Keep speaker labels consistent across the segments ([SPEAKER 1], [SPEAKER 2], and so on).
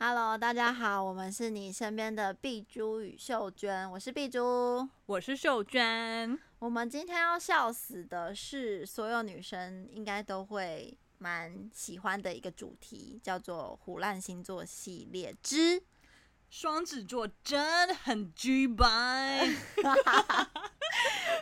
[SPEAKER 1] Hello，大家好，我们是你身边的碧珠与秀娟，我是碧珠。
[SPEAKER 2] 我是秀娟，
[SPEAKER 1] 我们今天要笑死的是，所有女生应该都会蛮喜欢的一个主题，叫做“胡乱星座系列之。
[SPEAKER 2] 双子座真的很 G 掰，”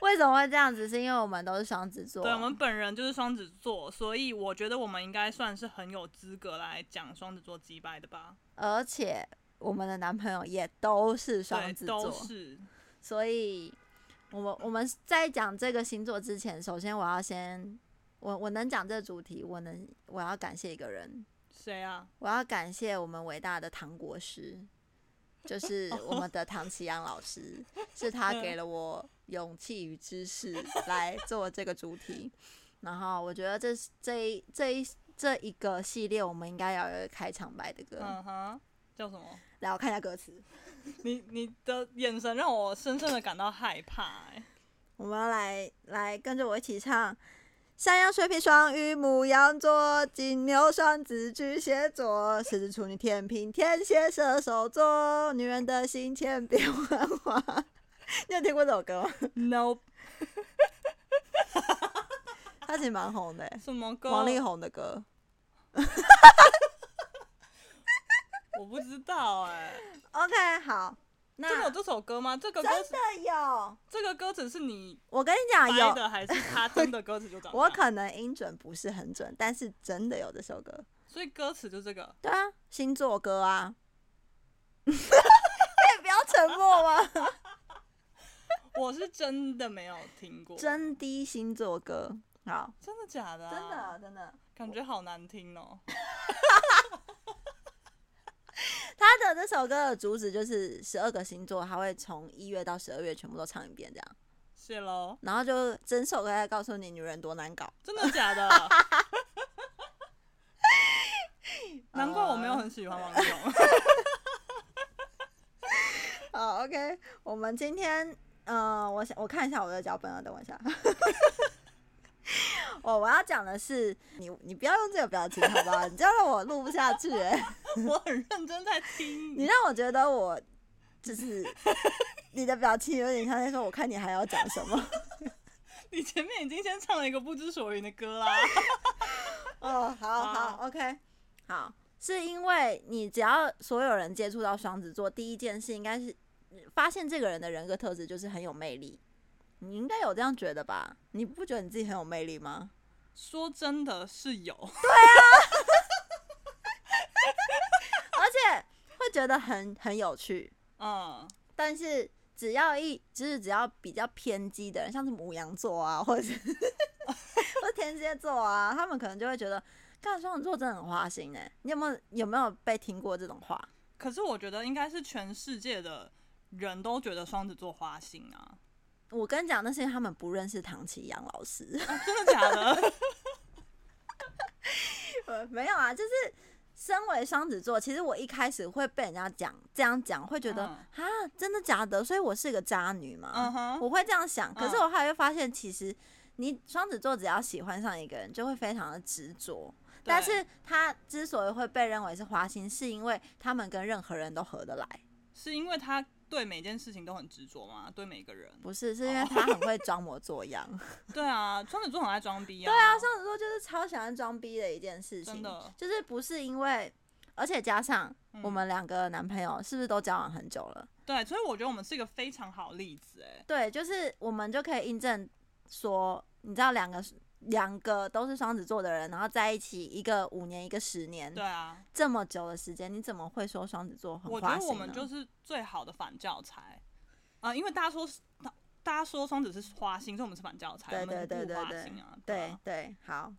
[SPEAKER 1] 为什么会这样子？是因为我们都是双子座
[SPEAKER 2] 对，我们本人就是双子座，所以我觉得我们应该算是很有资格来讲双子座击败的吧？
[SPEAKER 1] 而且我们的男朋友也都是
[SPEAKER 2] 对
[SPEAKER 1] 双，子
[SPEAKER 2] 都
[SPEAKER 1] 座，
[SPEAKER 2] 是
[SPEAKER 1] 所以我们我们在讲这个星座之前，首先我要先，我我能讲这个主题，我能我要感谢一个人，
[SPEAKER 2] 谁啊？
[SPEAKER 1] 我要感谢我们伟大的唐国师，就是我们的唐奇阳老师，是他给了我勇气与知识来做这个主题。然后我觉得这是这一这一这一个系列，我们应该要有一个开场白的歌。
[SPEAKER 2] 嗯哼，叫什么？
[SPEAKER 1] 来，我看一下歌词，
[SPEAKER 2] 你你的眼神让我深深的感到害怕、欸。
[SPEAKER 1] 我们要来来跟着我一起唱。山羊、水瓶、双鱼、母羊座、金牛、双子、巨蟹座、狮子、处女、天平、天蝎、射手座，女人的心千变万化。你有听过这首歌吗？
[SPEAKER 2] No，
[SPEAKER 1] 它其实蛮红的欸，
[SPEAKER 2] 什么歌？
[SPEAKER 1] 王力宏的歌。
[SPEAKER 2] 我不知道哎、
[SPEAKER 1] OK，好，那
[SPEAKER 2] 真的有这首歌吗？这个歌
[SPEAKER 1] 真
[SPEAKER 2] 词，
[SPEAKER 1] 的有。
[SPEAKER 2] 这个歌词是你
[SPEAKER 1] 我跟你讲，
[SPEAKER 2] 掰
[SPEAKER 1] 啊有
[SPEAKER 2] 的还是他真的歌词就长
[SPEAKER 1] 我
[SPEAKER 2] 这样
[SPEAKER 1] 可能音准不是很准，但是真的有这首歌。
[SPEAKER 2] 所以歌词就这个。
[SPEAKER 1] 对啊，星座歌啊。 可以不要沉默吗？
[SPEAKER 2] 我是真的没有听过，
[SPEAKER 1] 真低星座歌，好，
[SPEAKER 2] 真的假的、啊？，
[SPEAKER 1] 真的，
[SPEAKER 2] 感觉好难听哦。
[SPEAKER 1] 他的这首歌的主旨就是十二个星座，他会从一月到十二月全部都唱一遍这样，
[SPEAKER 2] 谢喽，
[SPEAKER 1] 然后就整首歌在告诉你女人多难搞，
[SPEAKER 2] 真的假的？ 难怪我没有很喜欢王力宏。
[SPEAKER 1] 呃好，OK，我们今天，呃，我想我看一下我的脚本啊，等我一下。 我我要讲的是，你你不要用这个表情好不好？你这样让我录不下去、 欸，
[SPEAKER 2] 我很认真在听
[SPEAKER 1] 你让我觉得我就是你的表情有点像在说，我看你还要讲什么。
[SPEAKER 2] 你前面已经先唱了一个不知所云的歌啦。
[SPEAKER 1] 哦，好
[SPEAKER 2] 好
[SPEAKER 1] 好，OK，好，是因为你只要所有人接触到双子座，第一件事应该是发现这个人的人格特质就是很有魅力，你应该有这样觉得吧？你不觉得你自己很有魅力吗？
[SPEAKER 2] 说真的是有，
[SPEAKER 1] 而且会觉得很很有趣，
[SPEAKER 2] 嗯，
[SPEAKER 1] 但是只要一就是只要比较偏激的人，像是母羊座啊，或者是 或者天蝎座啊，他们可能就会觉得，干双子座真的很花心哎、你有没有有没有被听过这种话？
[SPEAKER 2] 可是我觉得应该是全世界的人都觉得双子座花心啊，
[SPEAKER 1] 我跟你讲，那是因为他们不认识唐奇阳老师。
[SPEAKER 2] 啊真的假的？
[SPEAKER 1] 没有啊，就是身为双子座，其实我一开始会被人家讲这样讲，会觉得啊、真的假的？所以我是个渣女嘛
[SPEAKER 2] 嗯哼，
[SPEAKER 1] 我会这样想。可是
[SPEAKER 2] 嗯
[SPEAKER 1] 我后来会发现，其实你双子座只要喜欢上一个人，就会非常的执着。
[SPEAKER 2] 对
[SPEAKER 1] 但是他之所以会被认为是花心，是因为他们跟任何人都合得来，
[SPEAKER 2] 是因为他对每件事情都很执着吗？对每个人？
[SPEAKER 1] 不是？是
[SPEAKER 2] 哦
[SPEAKER 1] 因为他很会装模作 样。
[SPEAKER 2] 对啊，双子座很爱装逼啊。
[SPEAKER 1] 对啊，双子座就是超喜欢装逼的一件事情
[SPEAKER 2] 真的，
[SPEAKER 1] 就是不是因为，而且加上
[SPEAKER 2] 嗯
[SPEAKER 1] 我们两个男朋友是不是都交往很久了？
[SPEAKER 2] 对，所以我觉得我们是一个非常好例子，哎，
[SPEAKER 1] 对，就是我们就可以印证说，你知道两个两个都是双子座的人，然后在一起一个五年一个十年
[SPEAKER 2] 对，啊，
[SPEAKER 1] 这么久的时间，你怎么会说双子座很
[SPEAKER 2] 我
[SPEAKER 1] 花
[SPEAKER 2] 觉得
[SPEAKER 1] 心啊
[SPEAKER 2] 我们
[SPEAKER 1] 呢
[SPEAKER 2] 就是最好的反教材啊、因为大家说大大家说双子是花心，所以我们是反教材，
[SPEAKER 1] 对
[SPEAKER 2] 我们是
[SPEAKER 1] 对对
[SPEAKER 2] 不
[SPEAKER 1] 对
[SPEAKER 2] 花
[SPEAKER 1] 对
[SPEAKER 2] 心啊，
[SPEAKER 1] 对
[SPEAKER 2] 啊
[SPEAKER 1] 对好，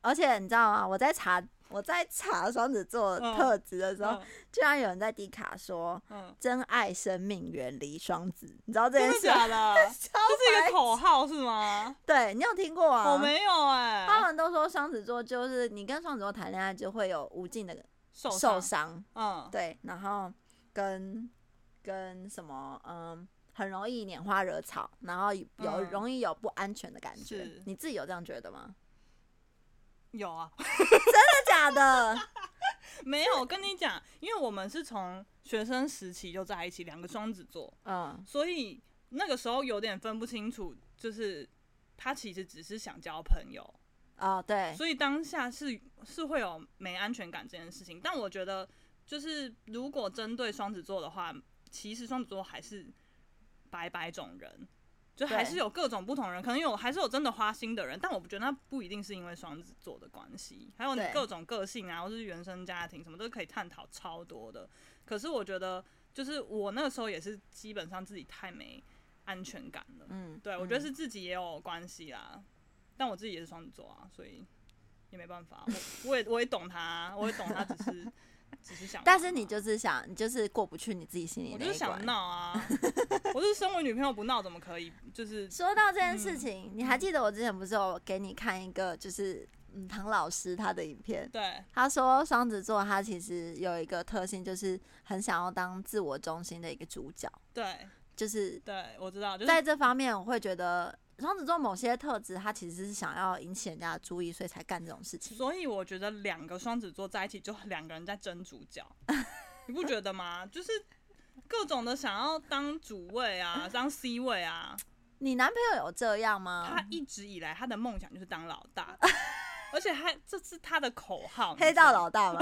[SPEAKER 1] 而且你知道吗？我在查我在查双子座
[SPEAKER 2] 嗯
[SPEAKER 1] 特质的时候，居然有人在迪卡说。
[SPEAKER 2] 嗯 嗯，
[SPEAKER 1] 真爱生命，远离双子，你知道这
[SPEAKER 2] 真
[SPEAKER 1] 件
[SPEAKER 2] 的
[SPEAKER 1] 事吗？ 啊
[SPEAKER 2] 假的？
[SPEAKER 1] 超
[SPEAKER 2] 这是一
[SPEAKER 1] 白
[SPEAKER 2] 个口号是 吗？
[SPEAKER 1] 对你有听过啊？
[SPEAKER 2] 我。没有哎、
[SPEAKER 1] 他们都说双子座就是你跟双子座谈恋爱就会有无尽的
[SPEAKER 2] 受
[SPEAKER 1] 受
[SPEAKER 2] 伤，
[SPEAKER 1] 伤，
[SPEAKER 2] 嗯，
[SPEAKER 1] 对，然后跟跟什么嗯，很容易拈花惹草，然后有
[SPEAKER 2] 嗯
[SPEAKER 1] 容易有不安全的感觉
[SPEAKER 2] 是。
[SPEAKER 1] 你 自己有这样觉得吗？
[SPEAKER 2] 有啊，
[SPEAKER 1] 真的假的？
[SPEAKER 2] 没有，我跟你讲，因为我们是从学生时期就在一起，两个双子座，
[SPEAKER 1] 嗯，
[SPEAKER 2] 所以那个时候有点分不清楚，就是他其实只是想交朋友，
[SPEAKER 1] 哦，对，
[SPEAKER 2] 所以当下是是会有没安全感这件事情。但我觉得，就是如果针对双子座的话，其实双子座还是百百种人。就还
[SPEAKER 1] 对
[SPEAKER 2] 是有各种不同人，可能有还是有真的花心的人，但我不觉得那不一定是因为双子座的关系，还有你
[SPEAKER 1] 对
[SPEAKER 2] 各种个性啊，或是原生家庭什么都可以探讨超多的。可是我觉得，就是我那个时候也是基本上自己太没安全感了，
[SPEAKER 1] 嗯，
[SPEAKER 2] 对，我觉得
[SPEAKER 1] 嗯
[SPEAKER 2] 是自己也有关系啦，但我自己也是双子座啊，所以也没办法，我我也我也懂他，我也懂他，只是只是想玩嘛，
[SPEAKER 1] 但是你就是想，你就是过不去你自己心里
[SPEAKER 2] 我
[SPEAKER 1] 那
[SPEAKER 2] 就是
[SPEAKER 1] 一
[SPEAKER 2] 想
[SPEAKER 1] 关。
[SPEAKER 2] 闹 啊，我是身为女朋友不闹怎么可以？就是
[SPEAKER 1] 说到这件
[SPEAKER 2] 嗯
[SPEAKER 1] 事情，你还记得我之前不是有给你看一个，就是嗯唐老师他的影片，
[SPEAKER 2] 对
[SPEAKER 1] 他说双子座他其实有一个特性，就是很想要当自我中心的一个主角，
[SPEAKER 2] 对
[SPEAKER 1] 就是
[SPEAKER 2] 对，我知道，就是
[SPEAKER 1] 在这方面，我会觉得双子座某些特质，他其实是想要引起人家的注意，所以才干这种事情。
[SPEAKER 2] 所以我觉得两个双子座在一起就两个人在争主角，你不觉得吗？就是各种的想要当主位啊，当 C 位啊。
[SPEAKER 1] 你男朋友有这样吗
[SPEAKER 2] 他？一直以来他的梦想就是当老大， 而且还这是他的口号，
[SPEAKER 1] 黑道老大嘛，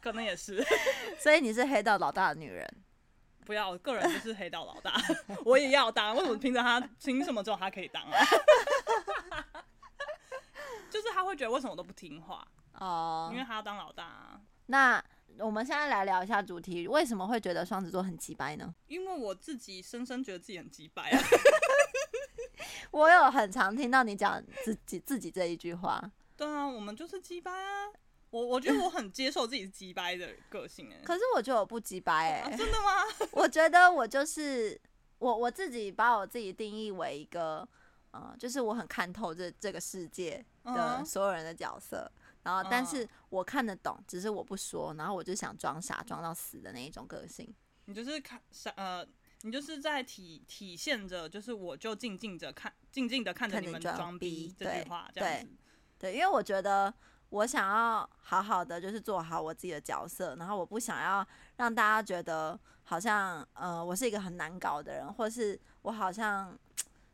[SPEAKER 2] 可能也是。
[SPEAKER 1] 所以你是黑道老大的女人。
[SPEAKER 2] 不要，我个人就是黑道老大， 我也要当。为什么凭着他凭什么只有他可以当啊？ 就是他会觉得为什么我都不听话，
[SPEAKER 1] 哦
[SPEAKER 2] 因为，他要当老大、啊。
[SPEAKER 1] 那我们现在来聊一下主题，为什么会觉得双子座很鸡掰呢？
[SPEAKER 2] 因为我自己深深觉得自己很鸡掰啊，
[SPEAKER 1] 我有很常听到你讲自己自己这一句话，
[SPEAKER 2] 对啊，我们就是鸡掰啊。我我觉得我很接受自己是鸡掰的个性哎、
[SPEAKER 1] 可是我觉得我不鸡掰哎、
[SPEAKER 2] 啊真的 吗？
[SPEAKER 1] 我觉得我就是我我自己把我自己定义为一个，呃，就是我很看透这这个世界的
[SPEAKER 2] 嗯
[SPEAKER 1] 所有人的角色，然后但
[SPEAKER 2] 嗯
[SPEAKER 1] 是我看得懂，只是我不说，然后我就想装傻装到死的那一种个性。
[SPEAKER 2] 你就是看想呃，你就是在体体现着，就是我就静静着看，静静的看着
[SPEAKER 1] 看
[SPEAKER 2] 你
[SPEAKER 1] 你
[SPEAKER 2] 们
[SPEAKER 1] 装
[SPEAKER 2] 装
[SPEAKER 1] 逼
[SPEAKER 2] 逼这
[SPEAKER 1] 对
[SPEAKER 2] 句话，这样
[SPEAKER 1] 对
[SPEAKER 2] 子。
[SPEAKER 1] 对，因为我觉得我想要好好的就是做好我自己的角色，然后我不想要让大家觉得好像呃我是一个很难搞的人，或是我好像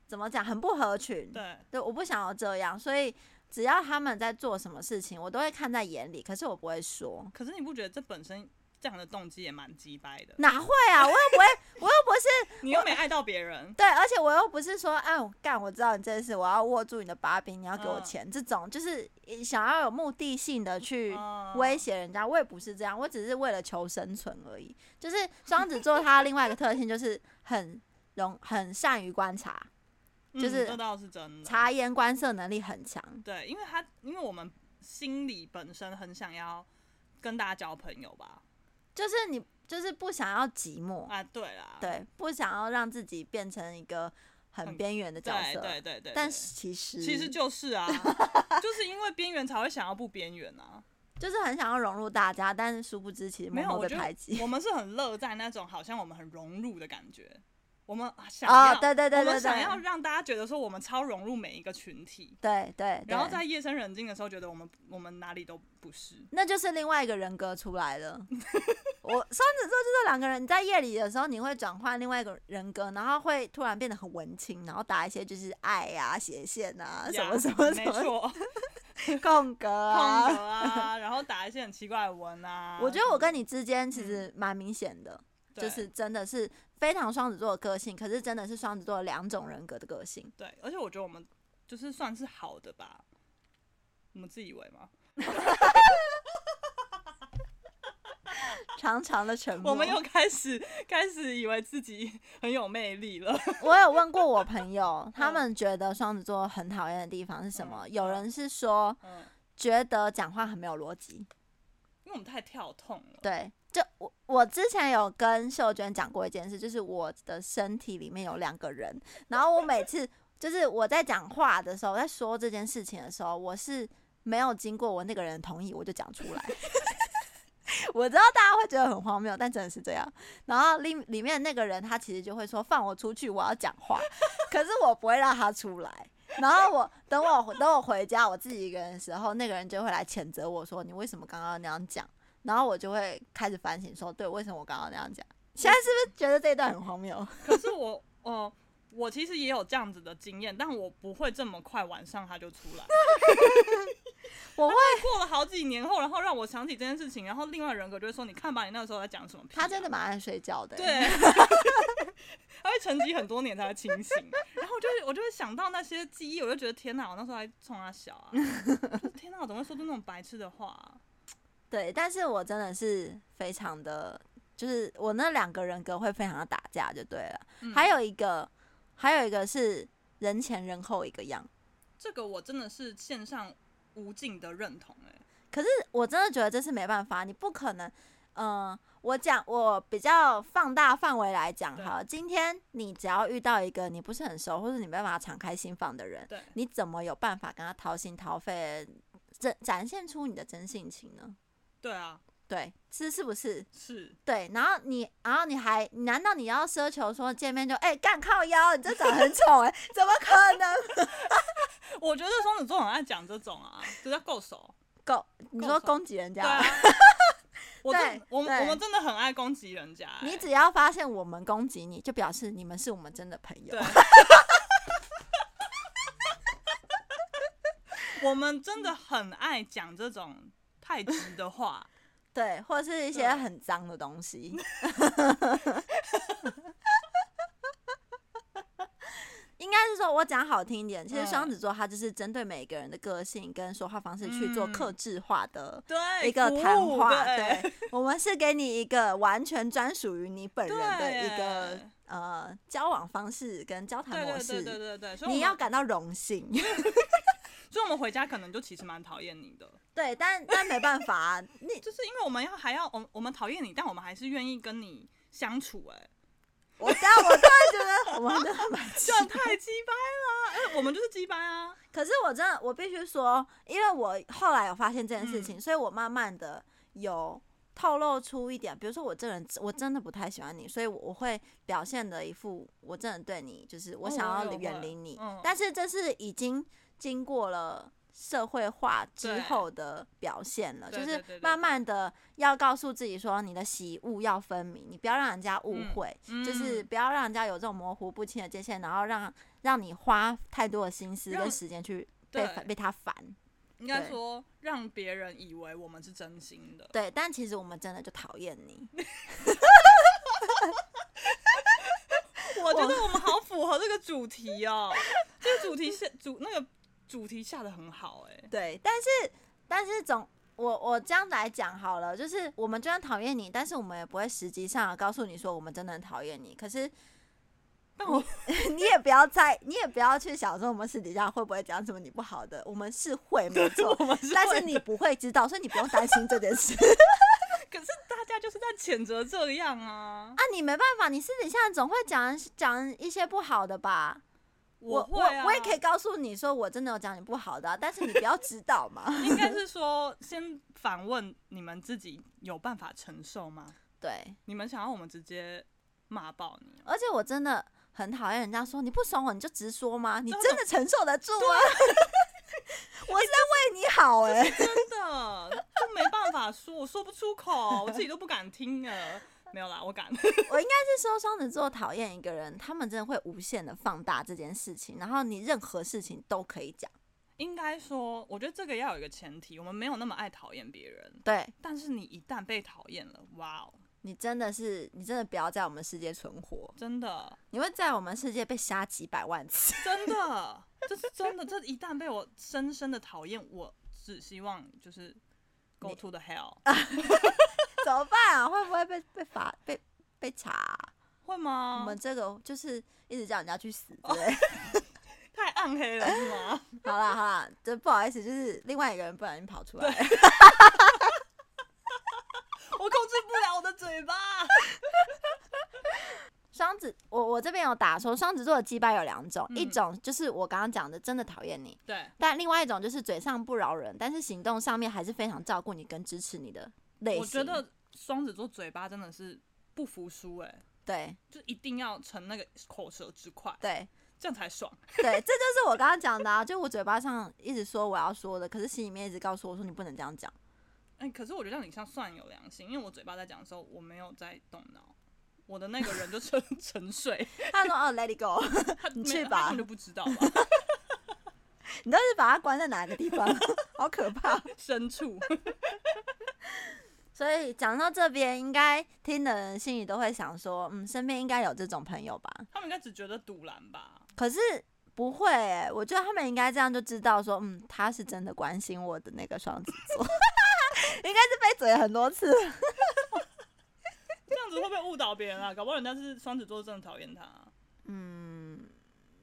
[SPEAKER 1] 怎么讲很不合群。
[SPEAKER 2] 对，
[SPEAKER 1] 对，我不想要这样，所以只要他们在做什么事情，我都会看在眼里，可是我不会说。
[SPEAKER 2] 可是你不觉得这本身这样的动机也蛮鸡掰的？
[SPEAKER 1] 哪会啊？我又不会，我又不是
[SPEAKER 2] 你又没爱到别人，
[SPEAKER 1] 对，而且我又不是说，哎，我干，我知道你这件事，我要握住你的把柄，你要给我
[SPEAKER 2] 嗯
[SPEAKER 1] 钱，这种就是想要有目的性的去
[SPEAKER 2] 哦
[SPEAKER 1] 威胁人嗯家，我也不是这样，我只是为了求生存而已。就是双子座它另外一个特性就是很容很善于观察，
[SPEAKER 2] 嗯
[SPEAKER 1] 就是
[SPEAKER 2] 这倒是真的。
[SPEAKER 1] 察言观色能力很强。
[SPEAKER 2] 对，因为他因为我们心里本身很想要跟大家交朋友吧？
[SPEAKER 1] 就是你就是不想要寂寞，
[SPEAKER 2] 啊，对啦，
[SPEAKER 1] 对，不想要让自己变成一个很
[SPEAKER 2] 很
[SPEAKER 1] 边缘的角
[SPEAKER 2] 对
[SPEAKER 1] 色。
[SPEAKER 2] 对对对，
[SPEAKER 1] 但
[SPEAKER 2] 对
[SPEAKER 1] 是其实
[SPEAKER 2] 其实就 是啊，就是因为边缘才会想要不边缘啊。
[SPEAKER 1] 就是很想要融入大家，但是殊不知其实
[SPEAKER 2] 没
[SPEAKER 1] 默
[SPEAKER 2] 有，
[SPEAKER 1] 默
[SPEAKER 2] 我
[SPEAKER 1] 被
[SPEAKER 2] 觉
[SPEAKER 1] 排
[SPEAKER 2] 得
[SPEAKER 1] 挤。
[SPEAKER 2] 我们是很乐在那种好像我们很融入的感觉，我们想要，
[SPEAKER 1] 哦，对对对
[SPEAKER 2] 我
[SPEAKER 1] 对
[SPEAKER 2] 们想要
[SPEAKER 1] 对，
[SPEAKER 2] 让大家觉得说我们超融入每一个群体，
[SPEAKER 1] 对对，
[SPEAKER 2] 然后
[SPEAKER 1] 对
[SPEAKER 2] 在夜深人静的时候觉得我们我们哪里都不是。
[SPEAKER 1] 那就是另外一个人格出来 了。我双子座就是两个人，你在夜里的时候，你会转换另外一个人格，然后会突然变得很文青，然后打一些就是爱呀、斜线啊、什么
[SPEAKER 2] 呀
[SPEAKER 1] 什么啊什
[SPEAKER 2] 没
[SPEAKER 1] 么
[SPEAKER 2] 错，
[SPEAKER 1] 空格
[SPEAKER 2] 空
[SPEAKER 1] 啊。
[SPEAKER 2] 格啊，然后打一些很奇怪的文啊。
[SPEAKER 1] 我觉得我跟你之间
[SPEAKER 2] 嗯
[SPEAKER 1] 其实蛮明显的，就
[SPEAKER 2] 对
[SPEAKER 1] 是真的是非常双子座的个性，可是真的是双子座的两种人格的个性。
[SPEAKER 2] 对，而且我觉得我们就是算是好的吧，你们自以为吗？
[SPEAKER 1] 长长的沉默。
[SPEAKER 2] 我们又开始开始以为自己很有魅力了。
[SPEAKER 1] 我有问过我朋 友，他们觉得双子座很讨厌的地方是什么？
[SPEAKER 2] 嗯
[SPEAKER 1] 有人是说
[SPEAKER 2] 嗯，
[SPEAKER 1] 觉得讲话很没有逻辑，
[SPEAKER 2] 因为我们太跳痛了。
[SPEAKER 1] 对。就我我之前有跟秀娟讲过一件事，就是我的身体里面有两个人，然后我每次就是我在讲话的时候，在说这件事情的时候，我是没有经过我那个人的同意，我就讲出来。 我知道大家会觉得很荒谬，但真的是这样。然后里里面那个人他其实就会说放我出去，我要讲话，可是我不会让他出来。然后我等我等我回家我自己一个人的时候，那个人就会来谴责我说你为什么刚刚那样讲，然后我就会开始反省说，对，为什么我刚刚那样讲？
[SPEAKER 2] 嗯
[SPEAKER 1] 现在是不是觉得这一段很荒 谬？
[SPEAKER 2] 可是我，哦，我其实也有这样子的经验，但我不会这么快晚上他就出来。
[SPEAKER 1] 我会，
[SPEAKER 2] 过了好几年后，然后让我想起这件事情，然后另外人格就会说：“你看吧，你那个时候在讲什么屁 啊、
[SPEAKER 1] 他真的蛮爱睡觉的、欸
[SPEAKER 2] 对， 他会沉寂很多年才会清醒。然后我就会我就会想到那些记忆，我就觉得天哪，我那时候还冲他小 啊！就是天哪，我怎么会说出那种白痴的话啊、
[SPEAKER 1] 对，但是我真的是非常的，就是我那两个人格会非常的打架，就对了。
[SPEAKER 2] 嗯
[SPEAKER 1] 还有一个，还有一个是人前人后一个样。
[SPEAKER 2] 这个我真的是线上无尽的认同哎、
[SPEAKER 1] 可是我真的觉得这是没办法，你不可能。嗯、我讲我比较放大范围来讲
[SPEAKER 2] 对
[SPEAKER 1] 好了，今天你只要遇到一个你不是很熟，或者你没办法敞开心房的人，
[SPEAKER 2] 对，
[SPEAKER 1] 你怎么有办法跟他掏心掏肺，展展现出你的真性情呢？
[SPEAKER 2] 对啊，
[SPEAKER 1] 对，是是不是？
[SPEAKER 2] 是
[SPEAKER 1] 对，然后你，然后你还，难道你要奢求说见面就哎干、靠腰，你这长得很丑哎、怎么可能？
[SPEAKER 2] 我觉得双子座很爱讲这种啊，只要够熟。
[SPEAKER 1] 狗，你说
[SPEAKER 2] 够丑
[SPEAKER 1] 攻击人
[SPEAKER 2] 对
[SPEAKER 1] 家
[SPEAKER 2] 啊
[SPEAKER 1] 哦，，
[SPEAKER 2] 我真
[SPEAKER 1] 对
[SPEAKER 2] 我们
[SPEAKER 1] 对
[SPEAKER 2] 我们真的很爱攻击人家、
[SPEAKER 1] 你
[SPEAKER 2] 欸
[SPEAKER 1] 只要发现我们攻击你，就表示你们是我们真的朋友
[SPEAKER 2] 对。我们真的很爱讲这种太直的话，
[SPEAKER 1] 对，或者是一些
[SPEAKER 2] 对
[SPEAKER 1] 很脏的东西。 应该是说，我讲好听一点，其实
[SPEAKER 2] 嗯
[SPEAKER 1] 双子座它就是针对每个人的个性跟说话方式去做
[SPEAKER 2] 嗯
[SPEAKER 1] 克制化的
[SPEAKER 2] 对
[SPEAKER 1] 一个
[SPEAKER 2] 服
[SPEAKER 1] 谈
[SPEAKER 2] 务
[SPEAKER 1] 话。
[SPEAKER 2] 对
[SPEAKER 1] 对，我们是给你一个完全专属于你本人的一个
[SPEAKER 2] 对
[SPEAKER 1] 呃交往方式跟交谈
[SPEAKER 2] 对
[SPEAKER 1] 模
[SPEAKER 2] 对对对
[SPEAKER 1] 式，
[SPEAKER 2] 对对，所以我
[SPEAKER 1] 你
[SPEAKER 2] 们
[SPEAKER 1] 要，感到荣幸。
[SPEAKER 2] 所以我们回家可能就其实蛮讨厌你的，
[SPEAKER 1] 对，但但没办法啊，你
[SPEAKER 2] 就是因为我们要还要我们我们讨厌你，但我们还是愿意跟你相处、哎，
[SPEAKER 1] 我但我突然觉得我们真的 蛮
[SPEAKER 2] 这样太鸡掰了，哎，我们就是鸡掰啊，
[SPEAKER 1] 可是我真的，我必须说，因为我后来有发现这件事情，
[SPEAKER 2] 嗯
[SPEAKER 1] 所以我慢慢的有透露出一点，比如说我这人我真的不太喜欢你，所以我我会表现的一副我真的对你就是我
[SPEAKER 2] 哦
[SPEAKER 1] 想
[SPEAKER 2] 我
[SPEAKER 1] 要
[SPEAKER 2] 有会
[SPEAKER 1] 远离你，
[SPEAKER 2] 嗯
[SPEAKER 1] 但是这是已经经过了。社会化之
[SPEAKER 2] 对
[SPEAKER 1] 后的表现了，
[SPEAKER 2] 对
[SPEAKER 1] 就
[SPEAKER 2] 对
[SPEAKER 1] 是
[SPEAKER 2] 对对对
[SPEAKER 1] 慢慢的要告诉自己说，你的喜恶要分明，你不要让人家误
[SPEAKER 2] 嗯
[SPEAKER 1] 会，就
[SPEAKER 2] 嗯
[SPEAKER 1] 是不要让人家有这种模糊不清的界限，然后让让你花太多的心思跟
[SPEAKER 2] 让
[SPEAKER 1] 时间去被
[SPEAKER 2] 对
[SPEAKER 1] 烦被他烦。
[SPEAKER 2] 应该
[SPEAKER 1] 对
[SPEAKER 2] 说让别人以为我们是真心的，
[SPEAKER 1] 对，但其实我们真的就讨厌你。
[SPEAKER 2] 我觉得我们好符合这个主题哦， 这个主题是主那个主题下的很好哎、
[SPEAKER 1] 对，但是但是总我我这样来讲好了，就是我们就算讨厌你，但是我们也不会实际上告诉你说我们真的很讨厌你。可 是
[SPEAKER 2] 但我
[SPEAKER 1] 你也不要在，你也不要去想说我们私底下会不会讲什么你不好的，我们是会没错，
[SPEAKER 2] 我们是
[SPEAKER 1] 但
[SPEAKER 2] 会
[SPEAKER 1] 是你不会知道，所以你不用担心这件事。
[SPEAKER 2] 可是大家就是在谴责这样啊，
[SPEAKER 1] 啊，你没办法，你私底下总会讲讲一些不好的吧？我
[SPEAKER 2] 会啊，
[SPEAKER 1] 我也可以告诉你说，我真的有讲你不好的啊、但是你不要知道嘛。
[SPEAKER 2] 应该是说，先反问你们自己有办法承受吗？
[SPEAKER 1] 对，
[SPEAKER 2] 你们想要我们直接骂爆你？哦
[SPEAKER 1] 而且我真的很讨厌人家说你不爽我你就直说吗？你真的啊承受得住吗？ 我是在为你好 哎、
[SPEAKER 2] 真的，就没办法说，我说不出口，我自己都不敢听了。没有啦，我敢。
[SPEAKER 1] 我应该是说双子座讨厌一个人，他们真的会无限的放大这件事情，然后你任何事情都可以讲。
[SPEAKER 2] 应该说，我觉得这个要有一个前提，我们没有那么爱讨厌别人，
[SPEAKER 1] 对
[SPEAKER 2] 但是你一旦被讨厌了，哇哦，
[SPEAKER 1] 你真的是，你真的不要在我们世界存活，
[SPEAKER 2] 真的，
[SPEAKER 1] 你会在我们世界被杀几百万次。
[SPEAKER 2] 真的，这是真的，这一旦被我深深的讨厌，我只希望就是 go
[SPEAKER 1] 你
[SPEAKER 2] to the hell，
[SPEAKER 1] 怎么办啊？会不会被被罚被被查啊、
[SPEAKER 2] 会吗？
[SPEAKER 1] 我们这个就是一直叫人家去死
[SPEAKER 2] 哦
[SPEAKER 1] 之类。
[SPEAKER 2] 太暗黑了是吗？
[SPEAKER 1] 好啦好啦，这不好意思，就是另外一个人不小心跑出来。
[SPEAKER 2] 我控制不了我的嘴巴。
[SPEAKER 1] 双子，我我这边有打说，双子座的羁绊有两种，
[SPEAKER 2] 嗯
[SPEAKER 1] 一种就是我刚刚讲的真的讨厌你，
[SPEAKER 2] 对，
[SPEAKER 1] 但另外一种就是嘴上不饶人，但是行动上面还是非常照顾你跟支持你的类型。
[SPEAKER 2] 我觉得双子座嘴巴真的是不服输，哎，
[SPEAKER 1] 对
[SPEAKER 2] 就一定要逞那个口舌之快。
[SPEAKER 1] 对，
[SPEAKER 2] 这样才爽。
[SPEAKER 1] 对，这就是我刚刚讲的啊，就我嘴巴上一直说我要说的，可是心里面一直告诉我说你不能这样讲。
[SPEAKER 2] 哎、可是我觉得你像算有良心，因为我嘴巴在讲的时候，我没有在动脑，我的那个人就 沉沉睡，
[SPEAKER 1] 他说哦，Let it go，
[SPEAKER 2] 他
[SPEAKER 1] 你
[SPEAKER 2] 没
[SPEAKER 1] 去
[SPEAKER 2] 他
[SPEAKER 1] 吧
[SPEAKER 2] 根本就不知道吧，
[SPEAKER 1] 你到底是把它关在哪个地方？ 好可怕！
[SPEAKER 2] 深处。
[SPEAKER 1] 所以讲到这边，应该听的人心里都会想说，嗯，身边应该有这种朋友吧？
[SPEAKER 2] 他们应该只觉得堵拦吧？
[SPEAKER 1] 可是不会、欸，我觉得他们应该这样就知道说，嗯，他是真的关心我的那个双子座， 应该是被嘴很多次。
[SPEAKER 2] 这样子会不会误导别人啊？搞不好人家是双子座，真的讨厌他、啊
[SPEAKER 1] 嗯，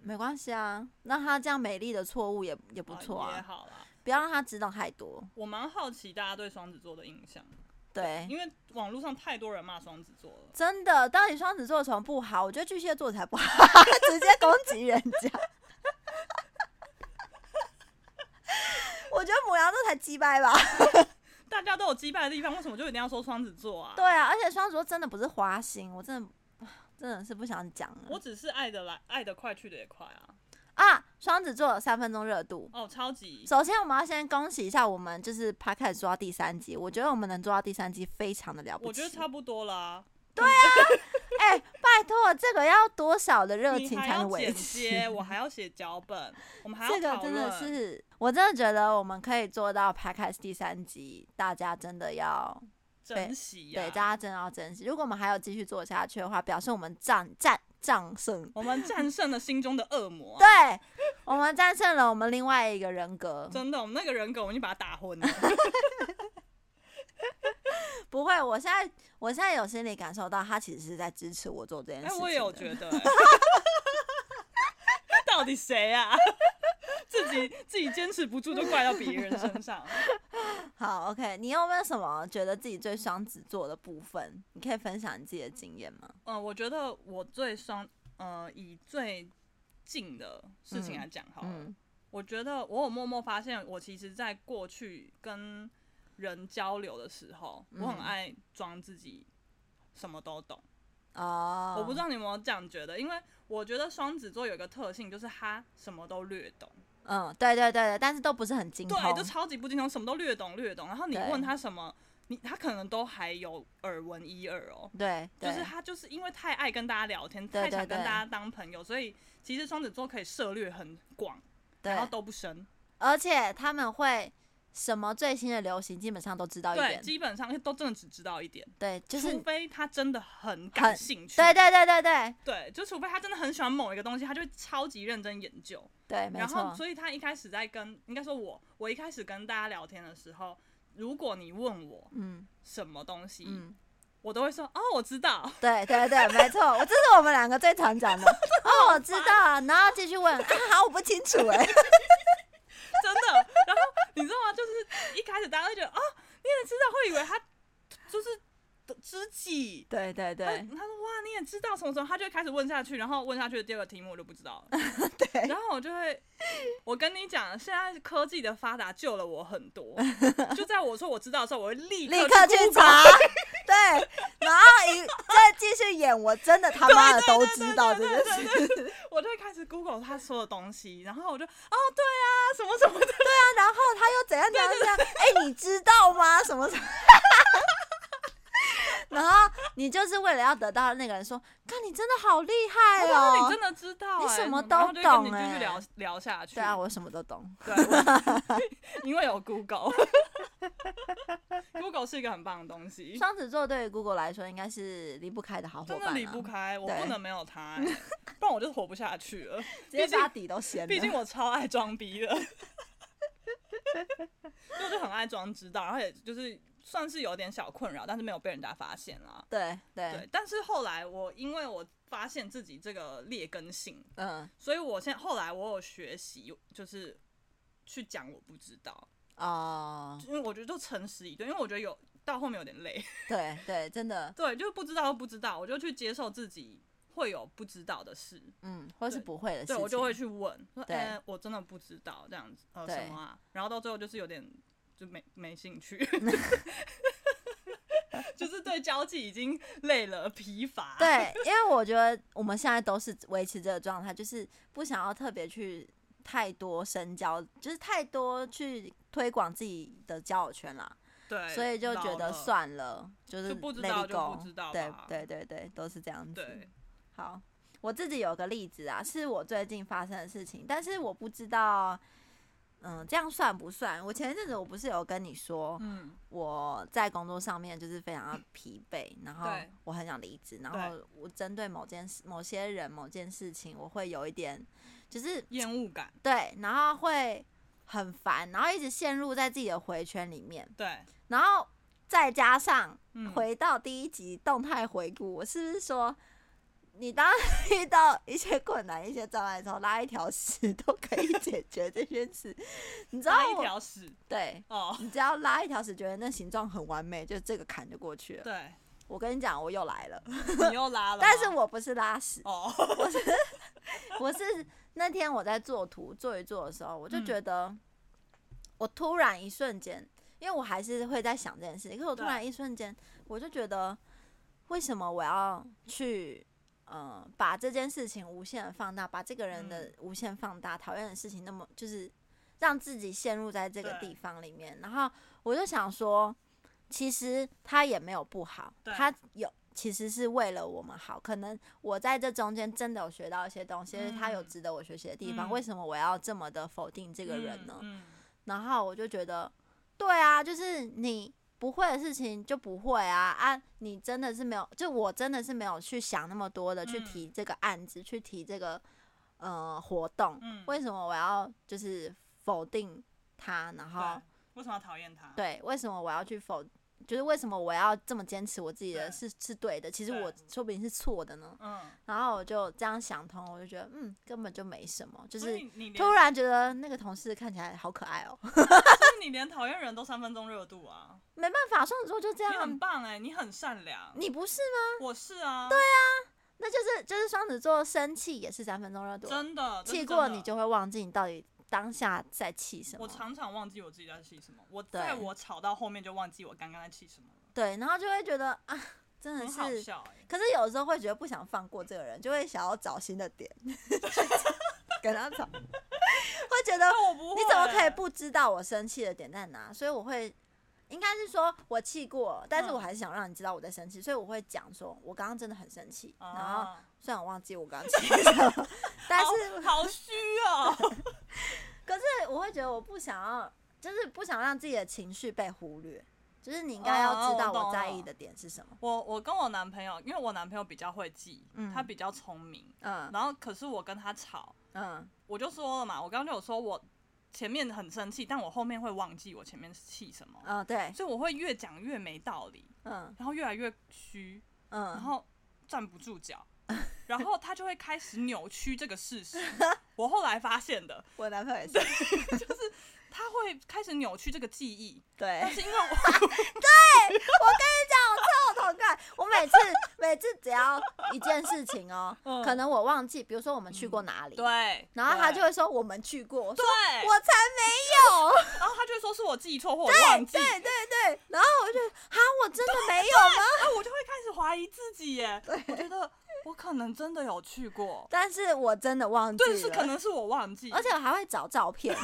[SPEAKER 1] 没关系啊，让他这样美丽的错误也也不错
[SPEAKER 2] 也
[SPEAKER 1] 啊，
[SPEAKER 2] 好啦。
[SPEAKER 1] 不要让他知道太多。
[SPEAKER 2] 我蛮好奇大家对双子座的印象，
[SPEAKER 1] 对，
[SPEAKER 2] 因为网络上太多人骂双子座了。
[SPEAKER 1] 真的，到底双子座有什么不好？我觉得巨蟹座才不好， 直接攻击人家。我觉得母羊座才鸡掰吧。
[SPEAKER 2] 大家都有击败的地方，为什么就一定要说双子座啊？
[SPEAKER 1] 对，啊，而且双子座真的不是花心，我真的真的是不想讲
[SPEAKER 2] 我
[SPEAKER 1] 了
[SPEAKER 2] 只是爱的来，爱的快，去的也快啊！
[SPEAKER 1] 啊。双子座有三分钟热度。
[SPEAKER 2] 哦，超级，
[SPEAKER 1] 首先，我们要先恭喜一下我们，就是 p 开始做到第三集，我觉得我们能做到第三集非常的了不
[SPEAKER 2] 我
[SPEAKER 1] 起。
[SPEAKER 2] 觉得差不多啦。
[SPEAKER 1] 哎、拜托，这个要多少的热
[SPEAKER 2] 你
[SPEAKER 1] 情
[SPEAKER 2] 还
[SPEAKER 1] 才
[SPEAKER 2] 要
[SPEAKER 1] 能维
[SPEAKER 2] 剪
[SPEAKER 1] 持？
[SPEAKER 2] 接，我还要写脚本，我们还
[SPEAKER 1] 这
[SPEAKER 2] 要
[SPEAKER 1] 个
[SPEAKER 2] 讨
[SPEAKER 1] 真
[SPEAKER 2] 论。
[SPEAKER 1] 的是，我真的觉得我们可以做到 podcast 第三集，大家真的要
[SPEAKER 2] 珍惜呀、
[SPEAKER 1] 对，大家真的要珍惜。如果我们还有继续做下去的话，表示我们战战战胜，
[SPEAKER 2] 我们战胜了心中的恶魔啊、
[SPEAKER 1] 对我们战胜了我们另外一个人格。
[SPEAKER 2] 真的，我们那个人格，我们已经把他打昏 了。
[SPEAKER 1] 不会，我现在我现在有心里感受到，他其实是在支持我做这件
[SPEAKER 2] 哎、
[SPEAKER 1] 事情的。
[SPEAKER 2] 我也有觉 得、欸到底谁啊？ 自己自己坚持不住，就怪到别人身上。
[SPEAKER 1] 好，OK，你有没有什么觉得自己最双子座的部分？你可以分享你自己的经验吗？
[SPEAKER 2] 嗯，我觉得我最双，呃，以最近的事情来讲好了。
[SPEAKER 1] 嗯
[SPEAKER 2] 我觉得我有默默发现，我其实在过去跟人交流的时候，我很
[SPEAKER 1] 嗯
[SPEAKER 2] 爱装自己什么都懂。
[SPEAKER 1] 哦，
[SPEAKER 2] 我不知道你有没有这样觉得，因为我觉得双子座有一个特性，就是他什么都略懂，
[SPEAKER 1] 嗯，对对对对，但是都不是很精通，
[SPEAKER 2] 对，就超级不精通，什么都略懂略懂。然后你
[SPEAKER 1] 对
[SPEAKER 2] 问他什么，你他可能都还有耳闻一二哦。
[SPEAKER 1] 对，
[SPEAKER 2] 就
[SPEAKER 1] 对
[SPEAKER 2] 是他就是因为太爱跟大家聊天，
[SPEAKER 1] 对
[SPEAKER 2] 太想
[SPEAKER 1] 对
[SPEAKER 2] 跟
[SPEAKER 1] 对
[SPEAKER 2] 大家当朋友，所以其实双子座可以涉略很广，然后
[SPEAKER 1] 对，
[SPEAKER 2] 都不深。
[SPEAKER 1] 而且他们会什么最新的流行基本上都知道一
[SPEAKER 2] 对，
[SPEAKER 1] 点，
[SPEAKER 2] 基本上都真的只知道一点，
[SPEAKER 1] 对，就是
[SPEAKER 2] 除非他真的很
[SPEAKER 1] 很
[SPEAKER 2] 感兴趣。
[SPEAKER 1] 对对对对对
[SPEAKER 2] 对就除非他真的很喜欢某一个东西，他就会超级认真研究。
[SPEAKER 1] 对，没
[SPEAKER 2] 然后，
[SPEAKER 1] 错，
[SPEAKER 2] 所以他一开始在跟，应该说我，我一开始跟大家聊天的时候，如果你问我
[SPEAKER 1] 嗯
[SPEAKER 2] 什么东西，
[SPEAKER 1] 嗯，
[SPEAKER 2] 我都会说哦，我知道。
[SPEAKER 1] 对对对，没错，我这是我们两个最常讲的，哦，我知道，然后继续问，啊，好，我不清楚哎、
[SPEAKER 2] 真的。然后你知道吗？就是一开始大家都觉得啊，你也知道，会以为他就是知己。
[SPEAKER 1] 对对
[SPEAKER 2] 他
[SPEAKER 1] 对
[SPEAKER 2] 他说哇，你也知道什么什么，他就开始问下去，然后问下去的第二个题目我就不知道了。
[SPEAKER 1] 对，
[SPEAKER 2] 然后我就会，我跟你讲，现在科技的发达救了我很 多。就在我说我知道的时候，我会立
[SPEAKER 1] 立刻去
[SPEAKER 2] Google
[SPEAKER 1] 查， 对，然后一再继续演，我真的他妈的都知道这件事，
[SPEAKER 2] 我就会开始 Google 他说的东西，然后我就哦对啊，什么什么的，
[SPEAKER 1] 啊然后他又怎样怎样怎样？哎、你知道吗？什么什么？ 然后你就是为了要得到那个人说，看你真的好厉害
[SPEAKER 2] 然后
[SPEAKER 1] 哦
[SPEAKER 2] 你！真的知道、
[SPEAKER 1] 你
[SPEAKER 2] 哎
[SPEAKER 1] 什么
[SPEAKER 2] 然
[SPEAKER 1] 都
[SPEAKER 2] 后就会跟
[SPEAKER 1] 懂
[SPEAKER 2] 你继
[SPEAKER 1] 哎
[SPEAKER 2] 续聊聊下去。
[SPEAKER 1] 对啊，我什么都懂。
[SPEAKER 2] 对，我 因为有 Google，Google 是一个很棒的东西，
[SPEAKER 1] 双子座对于 Google 来说应该是离不开的好伙
[SPEAKER 2] 真
[SPEAKER 1] 伴、
[SPEAKER 2] 的
[SPEAKER 1] 啊，
[SPEAKER 2] 离不开，我
[SPEAKER 1] 对
[SPEAKER 2] 不能没有它、欸，不然我就活不下去了。
[SPEAKER 1] 直接
[SPEAKER 2] 毕竟
[SPEAKER 1] 把底都掀
[SPEAKER 2] 毕竟
[SPEAKER 1] 了。
[SPEAKER 2] 我超爱装逼的，所以我就很爱装知道，然后也就是算是有点小困扰，但是没有被人家发现啦。
[SPEAKER 1] 对对，
[SPEAKER 2] 对，但是后来我因为我发现自己这个劣根性，
[SPEAKER 1] 嗯
[SPEAKER 2] 所以我现在后来我有学习，就是去讲我不知道，
[SPEAKER 1] 哦，
[SPEAKER 2] 因为我觉得就诚实以对，因为我觉得有到后面有点累，
[SPEAKER 1] 对对，真的，
[SPEAKER 2] 对，就不知道不知道，我就去接受自己会有不知道的事，
[SPEAKER 1] 嗯，或是
[SPEAKER 2] 对
[SPEAKER 1] 不会的事
[SPEAKER 2] 对
[SPEAKER 1] 情，
[SPEAKER 2] 我就会去问，说
[SPEAKER 1] 对
[SPEAKER 2] 哎、我真的不知道这样子，呃，
[SPEAKER 1] 对
[SPEAKER 2] 什么啊，然后到最后就是有点就没没兴趣，就是对交际已经累了、疲 乏。
[SPEAKER 1] 对，因为我觉得我们现在都是维持这个状态，就是不想要特别去太多深交，就是太多去推广自己的交友圈啦，
[SPEAKER 2] 对，
[SPEAKER 1] 所以就
[SPEAKER 2] 老
[SPEAKER 1] 觉得
[SPEAKER 2] 了。
[SPEAKER 1] 算了，就是
[SPEAKER 2] 就不知
[SPEAKER 1] let it
[SPEAKER 2] 道就不
[SPEAKER 1] go
[SPEAKER 2] 知道
[SPEAKER 1] 对
[SPEAKER 2] 吧
[SPEAKER 1] 对对对，都是这样子。
[SPEAKER 2] 对，
[SPEAKER 1] 好，我自己有个例子啊，是我最近发生的事情，但是我不知道，嗯，这样算不算？我前一阵子我不是有跟你说，
[SPEAKER 2] 嗯，
[SPEAKER 1] 我在工作上面就是非常的疲惫，然后
[SPEAKER 2] 对
[SPEAKER 1] 我很想离职，然
[SPEAKER 2] 对
[SPEAKER 1] 后我针对某件事、某些人、某件事情，我会有一点就是
[SPEAKER 2] 厌恶感，
[SPEAKER 1] 对，然后会很烦，然后一直陷入在自己的回圈里面，
[SPEAKER 2] 对，
[SPEAKER 1] 然后再加上
[SPEAKER 2] 嗯，
[SPEAKER 1] 回到第一集动态回顾，我是不是说，你当遇到一些困难、一些障碍的时候，拉一条屎都可以解决这件事？你知道
[SPEAKER 2] 拉一
[SPEAKER 1] 我
[SPEAKER 2] 条屎
[SPEAKER 1] 对，
[SPEAKER 2] 哦，
[SPEAKER 1] 你只要拉一条屎，觉得那形状很完美，就这个坎就过去了。
[SPEAKER 2] 对，
[SPEAKER 1] 我跟你讲，我又来了，
[SPEAKER 2] 你又拉了吗，
[SPEAKER 1] 但是我不是拉屎，
[SPEAKER 2] 哦，
[SPEAKER 1] 我是那天我在做图做一做的时候，我就
[SPEAKER 2] 嗯
[SPEAKER 1] 觉得，我突然一瞬间，因为我还是会在想这件事，可是我突
[SPEAKER 2] 对
[SPEAKER 1] 然一瞬间，我就觉得，为什么我要去，呃，把这件事情无限地放大，把这个人的
[SPEAKER 2] 嗯
[SPEAKER 1] 无限放大，讨厌的事情那么就是让自己陷入在这个
[SPEAKER 2] 对
[SPEAKER 1] 地方里面，然后我就想说，其实他也没有不好，
[SPEAKER 2] 对
[SPEAKER 1] 他有其实是为了我们好。可能我在这中间真的有学到一些东西，
[SPEAKER 2] 嗯
[SPEAKER 1] 他有值得我学习的地方。
[SPEAKER 2] 嗯
[SPEAKER 1] 为什么我要这么的否定这
[SPEAKER 2] 这
[SPEAKER 1] 个人呢？
[SPEAKER 2] 嗯，
[SPEAKER 1] 然后我就觉得，对啊，就是你不会的事情就不会啊啊！你真的是没有，就我真的是没有去想那么多的去
[SPEAKER 2] 嗯
[SPEAKER 1] 提这个案子，去提这个呃活动。
[SPEAKER 2] 嗯
[SPEAKER 1] 为什么我要就是否定他，然
[SPEAKER 2] 对
[SPEAKER 1] 后？
[SPEAKER 2] 嗯为什么要讨厌他？，
[SPEAKER 1] 对，为什么我要去否？就是为什么我要这么坚持我自己的
[SPEAKER 2] 对
[SPEAKER 1] 是是对的？其实
[SPEAKER 2] 对
[SPEAKER 1] 我说不定是错的呢。
[SPEAKER 2] 嗯，
[SPEAKER 1] 然后我就这样想通，我就觉得嗯，根本就没什么，就
[SPEAKER 2] 就是你你连
[SPEAKER 1] 突然觉得那个同事看起来好可爱哦、
[SPEAKER 2] 就是你连讨厌人都三分钟热度啊！
[SPEAKER 1] 没办法，双子座就这
[SPEAKER 2] 你很
[SPEAKER 1] 样。
[SPEAKER 2] 棒哎、你很善良，
[SPEAKER 1] 啊你不是吗？
[SPEAKER 2] 我是啊，对啊，
[SPEAKER 1] 那就是就是双子座生气也是三分钟热度，
[SPEAKER 2] 真的这是
[SPEAKER 1] 气
[SPEAKER 2] 真
[SPEAKER 1] 过
[SPEAKER 2] 的
[SPEAKER 1] 你就会忘记你到底当下在气什
[SPEAKER 2] 我
[SPEAKER 1] 么。
[SPEAKER 2] 常常忘记我自己在气什么，我在
[SPEAKER 1] 对
[SPEAKER 2] 我吵到后面就忘记我刚刚在气什么了，
[SPEAKER 1] 对，然后就会觉得啊，真的
[SPEAKER 2] 很好
[SPEAKER 1] 是
[SPEAKER 2] 笑哎、
[SPEAKER 1] 可是有时候会觉得不想放过这个人，就会想要找新的点 跟他吵，会觉得
[SPEAKER 2] 但我嗯不会，啊
[SPEAKER 1] 你怎么可以？不知道我生气的点在哪？所以我会，应该是说我气过，但是我还是想让你知道我在生气，所以我会讲说我刚刚真的很生气，然后
[SPEAKER 2] 啊，
[SPEAKER 1] 虽然我忘记我刚刚气什么， 但是
[SPEAKER 2] 好好虚 哦，
[SPEAKER 1] 可是我会觉得我不想要，就是不想让自己的情绪被忽略，就是你应该要
[SPEAKER 2] 哦哦
[SPEAKER 1] 知道
[SPEAKER 2] 我懂
[SPEAKER 1] 我在
[SPEAKER 2] 了
[SPEAKER 1] 意的点是什么。
[SPEAKER 2] 我我跟我男朋友，因为我男朋友比较会记，
[SPEAKER 1] 嗯
[SPEAKER 2] 他比较聪明，
[SPEAKER 1] 嗯
[SPEAKER 2] 然后可是我跟他吵，
[SPEAKER 1] 嗯
[SPEAKER 2] 我就说了嘛，我刚刚就有说我前面很生气，但我后面会忘记我前面气什么，
[SPEAKER 1] 嗯，对，
[SPEAKER 2] 所以我会越讲越没道理，
[SPEAKER 1] 嗯
[SPEAKER 2] 然后越来越虚，
[SPEAKER 1] 嗯，
[SPEAKER 2] 然后站不 住脚，然后他就会开始扭曲这个事实。我后来发现的，
[SPEAKER 1] 我男朋友也是，
[SPEAKER 2] 他会开始扭曲这个记忆，
[SPEAKER 1] 对
[SPEAKER 2] 但是因为我
[SPEAKER 1] 我超痛快。我每次每次只要一件事情哦，
[SPEAKER 2] 嗯
[SPEAKER 1] 可能我忘记，比如说我们去过哪里，
[SPEAKER 2] 对，
[SPEAKER 1] 然后他就
[SPEAKER 2] 对
[SPEAKER 1] 会说我们去过，我说
[SPEAKER 2] 对，
[SPEAKER 1] 我才没有，
[SPEAKER 2] 然后他就会说是我记错或我忘记，
[SPEAKER 1] 对对对，然后我就哈，我真的没有吗？
[SPEAKER 2] 然后我就会开始怀疑自己耶，我觉得我可能真的有去过，
[SPEAKER 1] 但是我真的忘记
[SPEAKER 2] 对，是
[SPEAKER 1] 了
[SPEAKER 2] 可，能是我忘记，
[SPEAKER 1] 而且我还会找照 片，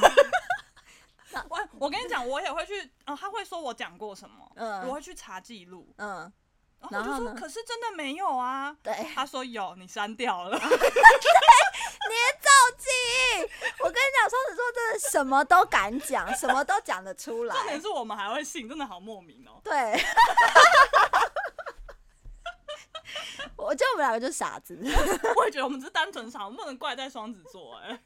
[SPEAKER 2] 我我跟你讲，我也会去，哦，他会说我讲过什么，
[SPEAKER 1] 嗯
[SPEAKER 2] 我会去查记录，
[SPEAKER 1] 嗯，
[SPEAKER 2] 然后我
[SPEAKER 1] 然
[SPEAKER 2] 就
[SPEAKER 1] 后
[SPEAKER 2] 说
[SPEAKER 1] 呢
[SPEAKER 2] 可是真的没有啊，
[SPEAKER 1] 对，
[SPEAKER 2] 他说有，你删掉了，
[SPEAKER 1] 记忆。我跟你讲，双子座真的什么都敢讲，什么都讲得出
[SPEAKER 2] 重点
[SPEAKER 1] 来，
[SPEAKER 2] 是我们还会信，真的好莫名哦。
[SPEAKER 1] 对。 我觉得我们两个就是傻子。
[SPEAKER 2] 我也觉得我们只是单纯傻，我们不能怪在双子座哎、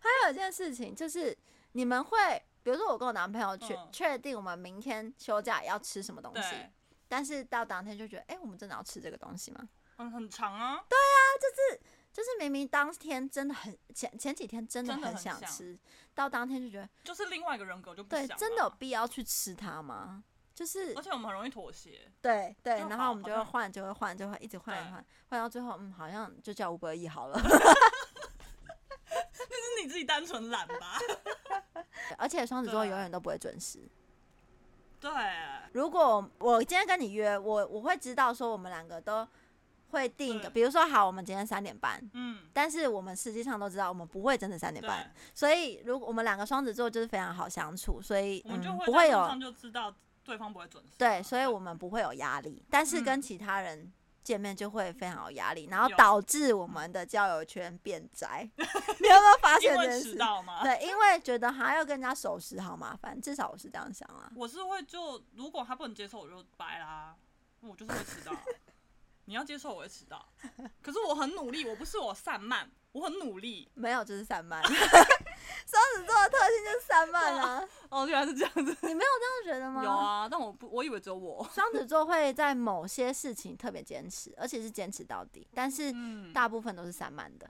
[SPEAKER 1] 还有一件事情就是，你们会，比如说我跟我男朋友确
[SPEAKER 2] 嗯
[SPEAKER 1] 确、定我们明天休假要吃什么东西，
[SPEAKER 2] 对，
[SPEAKER 1] 但是到当天就觉得，哎、我们真的要吃这个东西吗？
[SPEAKER 2] 嗯，很长啊，
[SPEAKER 1] 就是明明当天真的很前前几天真的
[SPEAKER 2] 真的
[SPEAKER 1] 很
[SPEAKER 2] 很
[SPEAKER 1] 想
[SPEAKER 2] 想
[SPEAKER 1] 吃，到当天就觉得，
[SPEAKER 2] 就是另外一个人格就不
[SPEAKER 1] 对
[SPEAKER 2] 想，了
[SPEAKER 1] 真的有，必要去吃它吗？就是
[SPEAKER 2] 而且我们很容易妥协，
[SPEAKER 1] 对对，
[SPEAKER 2] 就
[SPEAKER 1] 然后
[SPEAKER 2] 好
[SPEAKER 1] 我们
[SPEAKER 2] 好
[SPEAKER 1] 就会
[SPEAKER 2] 像
[SPEAKER 1] 换，就会换，就会一直换，一直
[SPEAKER 2] 对
[SPEAKER 1] 换，换到最后，嗯，好像就叫五百亿好了。
[SPEAKER 2] 就是 你自己单纯懒吧？
[SPEAKER 1] 而且双子座
[SPEAKER 2] 对
[SPEAKER 1] 永远都不会准时，
[SPEAKER 2] 对，
[SPEAKER 1] 如果我今天跟你约，我我会知道说我们两个都会定一个，
[SPEAKER 2] 对
[SPEAKER 1] 比如说好，我们今天三点半，
[SPEAKER 2] 嗯，
[SPEAKER 1] 但是我们实际上都知道我们不会真的三点
[SPEAKER 2] 对，
[SPEAKER 1] 半，所以如果我们两个双子座就是非常好相处，所以
[SPEAKER 2] 我
[SPEAKER 1] 嗯
[SPEAKER 2] 们就会
[SPEAKER 1] 不
[SPEAKER 2] 在
[SPEAKER 1] 会
[SPEAKER 2] 路
[SPEAKER 1] 有
[SPEAKER 2] 上就知道对方不会准时啊。
[SPEAKER 1] 对，所以我们不会有压力，但是跟
[SPEAKER 2] 嗯
[SPEAKER 1] 其他人见面就会非常有压力，然后
[SPEAKER 2] 有
[SPEAKER 1] 导致我们的交友圈变 窄。你有没有发
[SPEAKER 2] 因
[SPEAKER 1] 现这
[SPEAKER 2] 为
[SPEAKER 1] 件
[SPEAKER 2] 迟
[SPEAKER 1] 事？
[SPEAKER 2] 到啊吗？
[SPEAKER 1] 对，因为觉得还要跟人家守时好麻烦，至少我是这样想啊。
[SPEAKER 2] 我是会就如果他不能接受，我就掰啦，我就是会迟 到。你要接受，我会迟到。可是我很努力，我不是我散漫，我很努力。
[SPEAKER 1] 没有，就是散漫。 双子座的特性就是散漫啊，
[SPEAKER 2] 哦，原来是这样子。
[SPEAKER 1] 你没有这样觉得吗？
[SPEAKER 2] 有。啊，但我不，我以为只 有我。
[SPEAKER 1] 双子座会在某些事情特别坚持，而且是坚持到底，但是
[SPEAKER 2] 嗯，大
[SPEAKER 1] 大部分都是散漫的。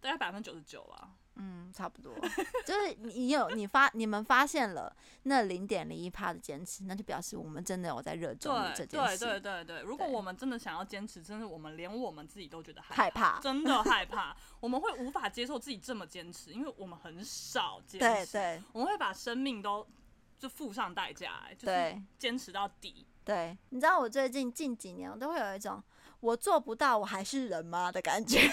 [SPEAKER 2] 概百分之九十九吧。
[SPEAKER 1] 嗯，差不多， 就是你有你发你们发现了那零点零一趴的坚持，那就表示我们真的有在热衷于这
[SPEAKER 2] 对
[SPEAKER 1] 件
[SPEAKER 2] 对
[SPEAKER 1] 事，
[SPEAKER 2] 对对对，如果
[SPEAKER 1] 对
[SPEAKER 2] 我们真的想要坚持，真的我们连我们自己都觉得害
[SPEAKER 1] 害怕，
[SPEAKER 2] 真的害怕， 我们会无法接受自己这么坚持，因为我们很少坚
[SPEAKER 1] 对
[SPEAKER 2] 持，
[SPEAKER 1] 对
[SPEAKER 2] 我们会把生命都就付上代价、哎就是
[SPEAKER 1] 对
[SPEAKER 2] 坚持到底。
[SPEAKER 1] 对。你知道我最近近几年我都会有一种我做不到，我还是人吗的感觉，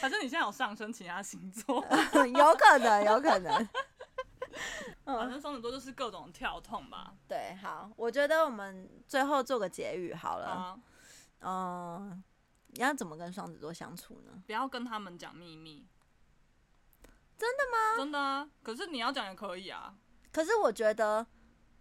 [SPEAKER 2] 反正你现在有上升其他星座，
[SPEAKER 1] 嗯 有可能，有可能。
[SPEAKER 2] 反
[SPEAKER 1] 嗯，
[SPEAKER 2] 正双子座就是各种跳痛吧。
[SPEAKER 1] 对，好，我觉得我们最后做个结语好了。
[SPEAKER 2] 啊，
[SPEAKER 1] 嗯，你要怎么跟双子座相处呢？
[SPEAKER 2] 不要跟他们讲秘密。真的吗？真的啊。可是你要讲也可以啊。
[SPEAKER 1] 可是我觉得，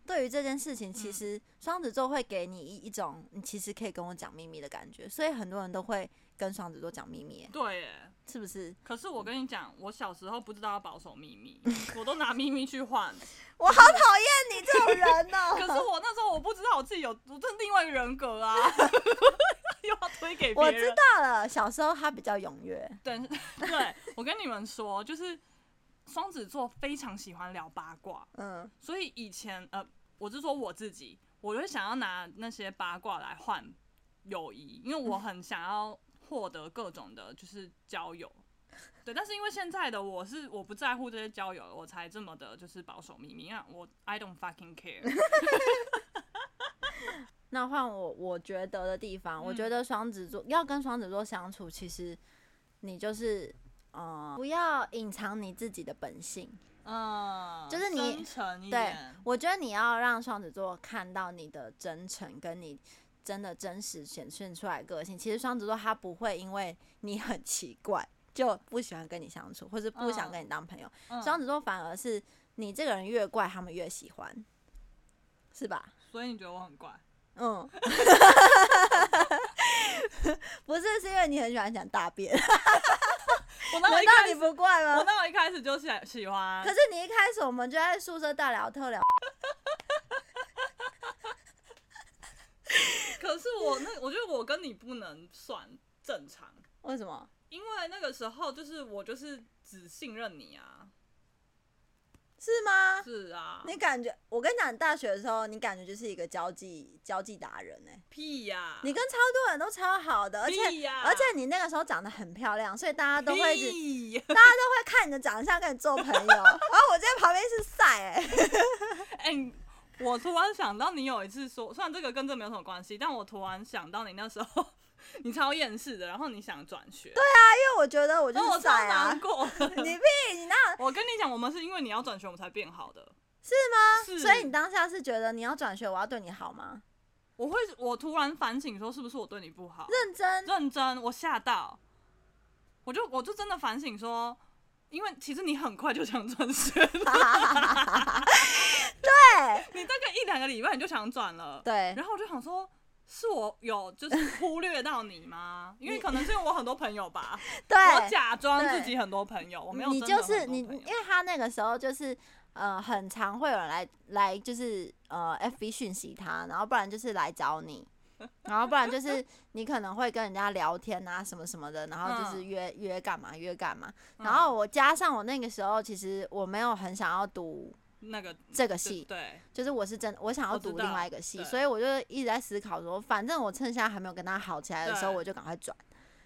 [SPEAKER 1] 对于这件事情，其
[SPEAKER 2] 嗯
[SPEAKER 1] 实双子座会给你一一种你其实可以跟我讲秘密的感觉，所以很多人都会跟双子座讲秘密，
[SPEAKER 2] 对耶。
[SPEAKER 1] 是不是？
[SPEAKER 2] 可是我跟你讲，我小时候不知道要保守秘密， 我都拿秘密去换。
[SPEAKER 1] 我好讨厌你这种人哦、
[SPEAKER 2] 可是我那时候我不知道我自己有，我这是另外一个人格啊， 又要推给 别
[SPEAKER 1] 我
[SPEAKER 2] 人。
[SPEAKER 1] 知道了，小时候他比较踊跃，
[SPEAKER 2] 但是 对我跟你们说，就是双子座非常喜欢聊八卦，
[SPEAKER 1] 嗯，
[SPEAKER 2] 所以以前呃，我是说我自己，我就想要拿那些八卦来换友谊，因为我很想要获得各种的，就是交友。对，但是因为现在的我是我不在乎这些交友，我才这么的就是保守秘密。因为我 I don't fucking care。
[SPEAKER 1] 那换我，我觉得的地方，我
[SPEAKER 2] 嗯
[SPEAKER 1] 觉得双子座要跟双子座相处，其实你就是，呃，不要隐藏你自己的本性。
[SPEAKER 2] 嗯，
[SPEAKER 1] 就是你
[SPEAKER 2] 真诚一
[SPEAKER 1] 对
[SPEAKER 2] 点，
[SPEAKER 1] 我觉得你要让双子座看到你的真诚，跟你真的真实显现出来的个性。其实双子座他不会因为你很奇怪就不喜欢跟你相处，或是不想
[SPEAKER 2] 嗯
[SPEAKER 1] 跟你当朋友。
[SPEAKER 2] 嗯
[SPEAKER 1] 双、子座反而是你这个人越怪，他们越喜欢，是吧？
[SPEAKER 2] 所以你觉得我 很怪？
[SPEAKER 1] 嗯，不是，是因为你很喜欢讲大便，
[SPEAKER 2] 我那我
[SPEAKER 1] 难
[SPEAKER 2] 哦一
[SPEAKER 1] 道
[SPEAKER 2] 开
[SPEAKER 1] 你
[SPEAKER 2] 始，
[SPEAKER 1] 不怪
[SPEAKER 2] 我
[SPEAKER 1] 吗？
[SPEAKER 2] 那我一开始就喜喜欢
[SPEAKER 1] 可。是你一开始我们就在宿舍大聊特聊，
[SPEAKER 2] 可是我那，我觉得我跟你不能算正常，
[SPEAKER 1] 为什么？
[SPEAKER 2] 因为那个时候就是我就是只信任你啊，
[SPEAKER 1] 是吗？
[SPEAKER 2] 是啊，
[SPEAKER 1] 你感觉，我跟你讲，你大学的时候，你感觉就是一个交际交际达人哎、
[SPEAKER 2] 屁呀、
[SPEAKER 1] 你跟超多人都超好的，而且、
[SPEAKER 2] 啊屁呀、
[SPEAKER 1] 而且你那个时候长得很漂亮，所以大家都会一直
[SPEAKER 2] 屁呀
[SPEAKER 1] 会看你的长相跟你做朋 友。然后我在旁边是晒哎、
[SPEAKER 2] 哎、你我突然想到你有一次说，虽然这个跟这没有什么关系，但我突然想到你那时候 你超厌世的，然后你想转学，
[SPEAKER 1] 因
[SPEAKER 2] 对，
[SPEAKER 1] 为我觉得我就
[SPEAKER 2] 哦我
[SPEAKER 1] 是
[SPEAKER 2] 超
[SPEAKER 1] 晒啊
[SPEAKER 2] 难。过。
[SPEAKER 1] 你屁，你那
[SPEAKER 2] 我跟你讲，我们是因为你要转学，我们才变好的，
[SPEAKER 1] 是吗？
[SPEAKER 2] 是
[SPEAKER 1] 所以你当下是觉得你要转学，我要对你好吗？
[SPEAKER 2] 我会，我突然反省说，是不是我对你不好？
[SPEAKER 1] 认真，
[SPEAKER 2] 认真，我吓到，我就我就真的反省说，因为其实你很快就想转学了，
[SPEAKER 1] 对
[SPEAKER 2] 你大概一两个礼拜你就想转了，
[SPEAKER 1] 对
[SPEAKER 2] 然后我就想说。是我有就是忽略到你 吗？因为可能是因为我很多朋友吧，我
[SPEAKER 1] 对，
[SPEAKER 2] 假装自己很多朋友，我没有
[SPEAKER 1] 你
[SPEAKER 2] 真的
[SPEAKER 1] 就
[SPEAKER 2] 很多
[SPEAKER 1] 是
[SPEAKER 2] 朋
[SPEAKER 1] 你，
[SPEAKER 2] 友。
[SPEAKER 1] 因为他那个时候就是呃，很常会有人来来就是呃，FB 讯息他，然后不然就是来找 你。然后不然就是你可能会跟人家聊天啊什么什么的，然后就是
[SPEAKER 2] 嗯
[SPEAKER 1] 约、约干嘛约干嘛。
[SPEAKER 2] 嗯
[SPEAKER 1] 然后我加上我那个时候其实我没有很想要读
[SPEAKER 2] 那个
[SPEAKER 1] 这个系，
[SPEAKER 2] 对，
[SPEAKER 1] 就是我是真我想要
[SPEAKER 2] 我知
[SPEAKER 1] 读
[SPEAKER 2] 道
[SPEAKER 1] 另外一个系，
[SPEAKER 2] 对
[SPEAKER 1] 所以我就一直在思考说，反正我趁现在还没有跟他好起来的时候，
[SPEAKER 2] 对
[SPEAKER 1] 我就赶快转。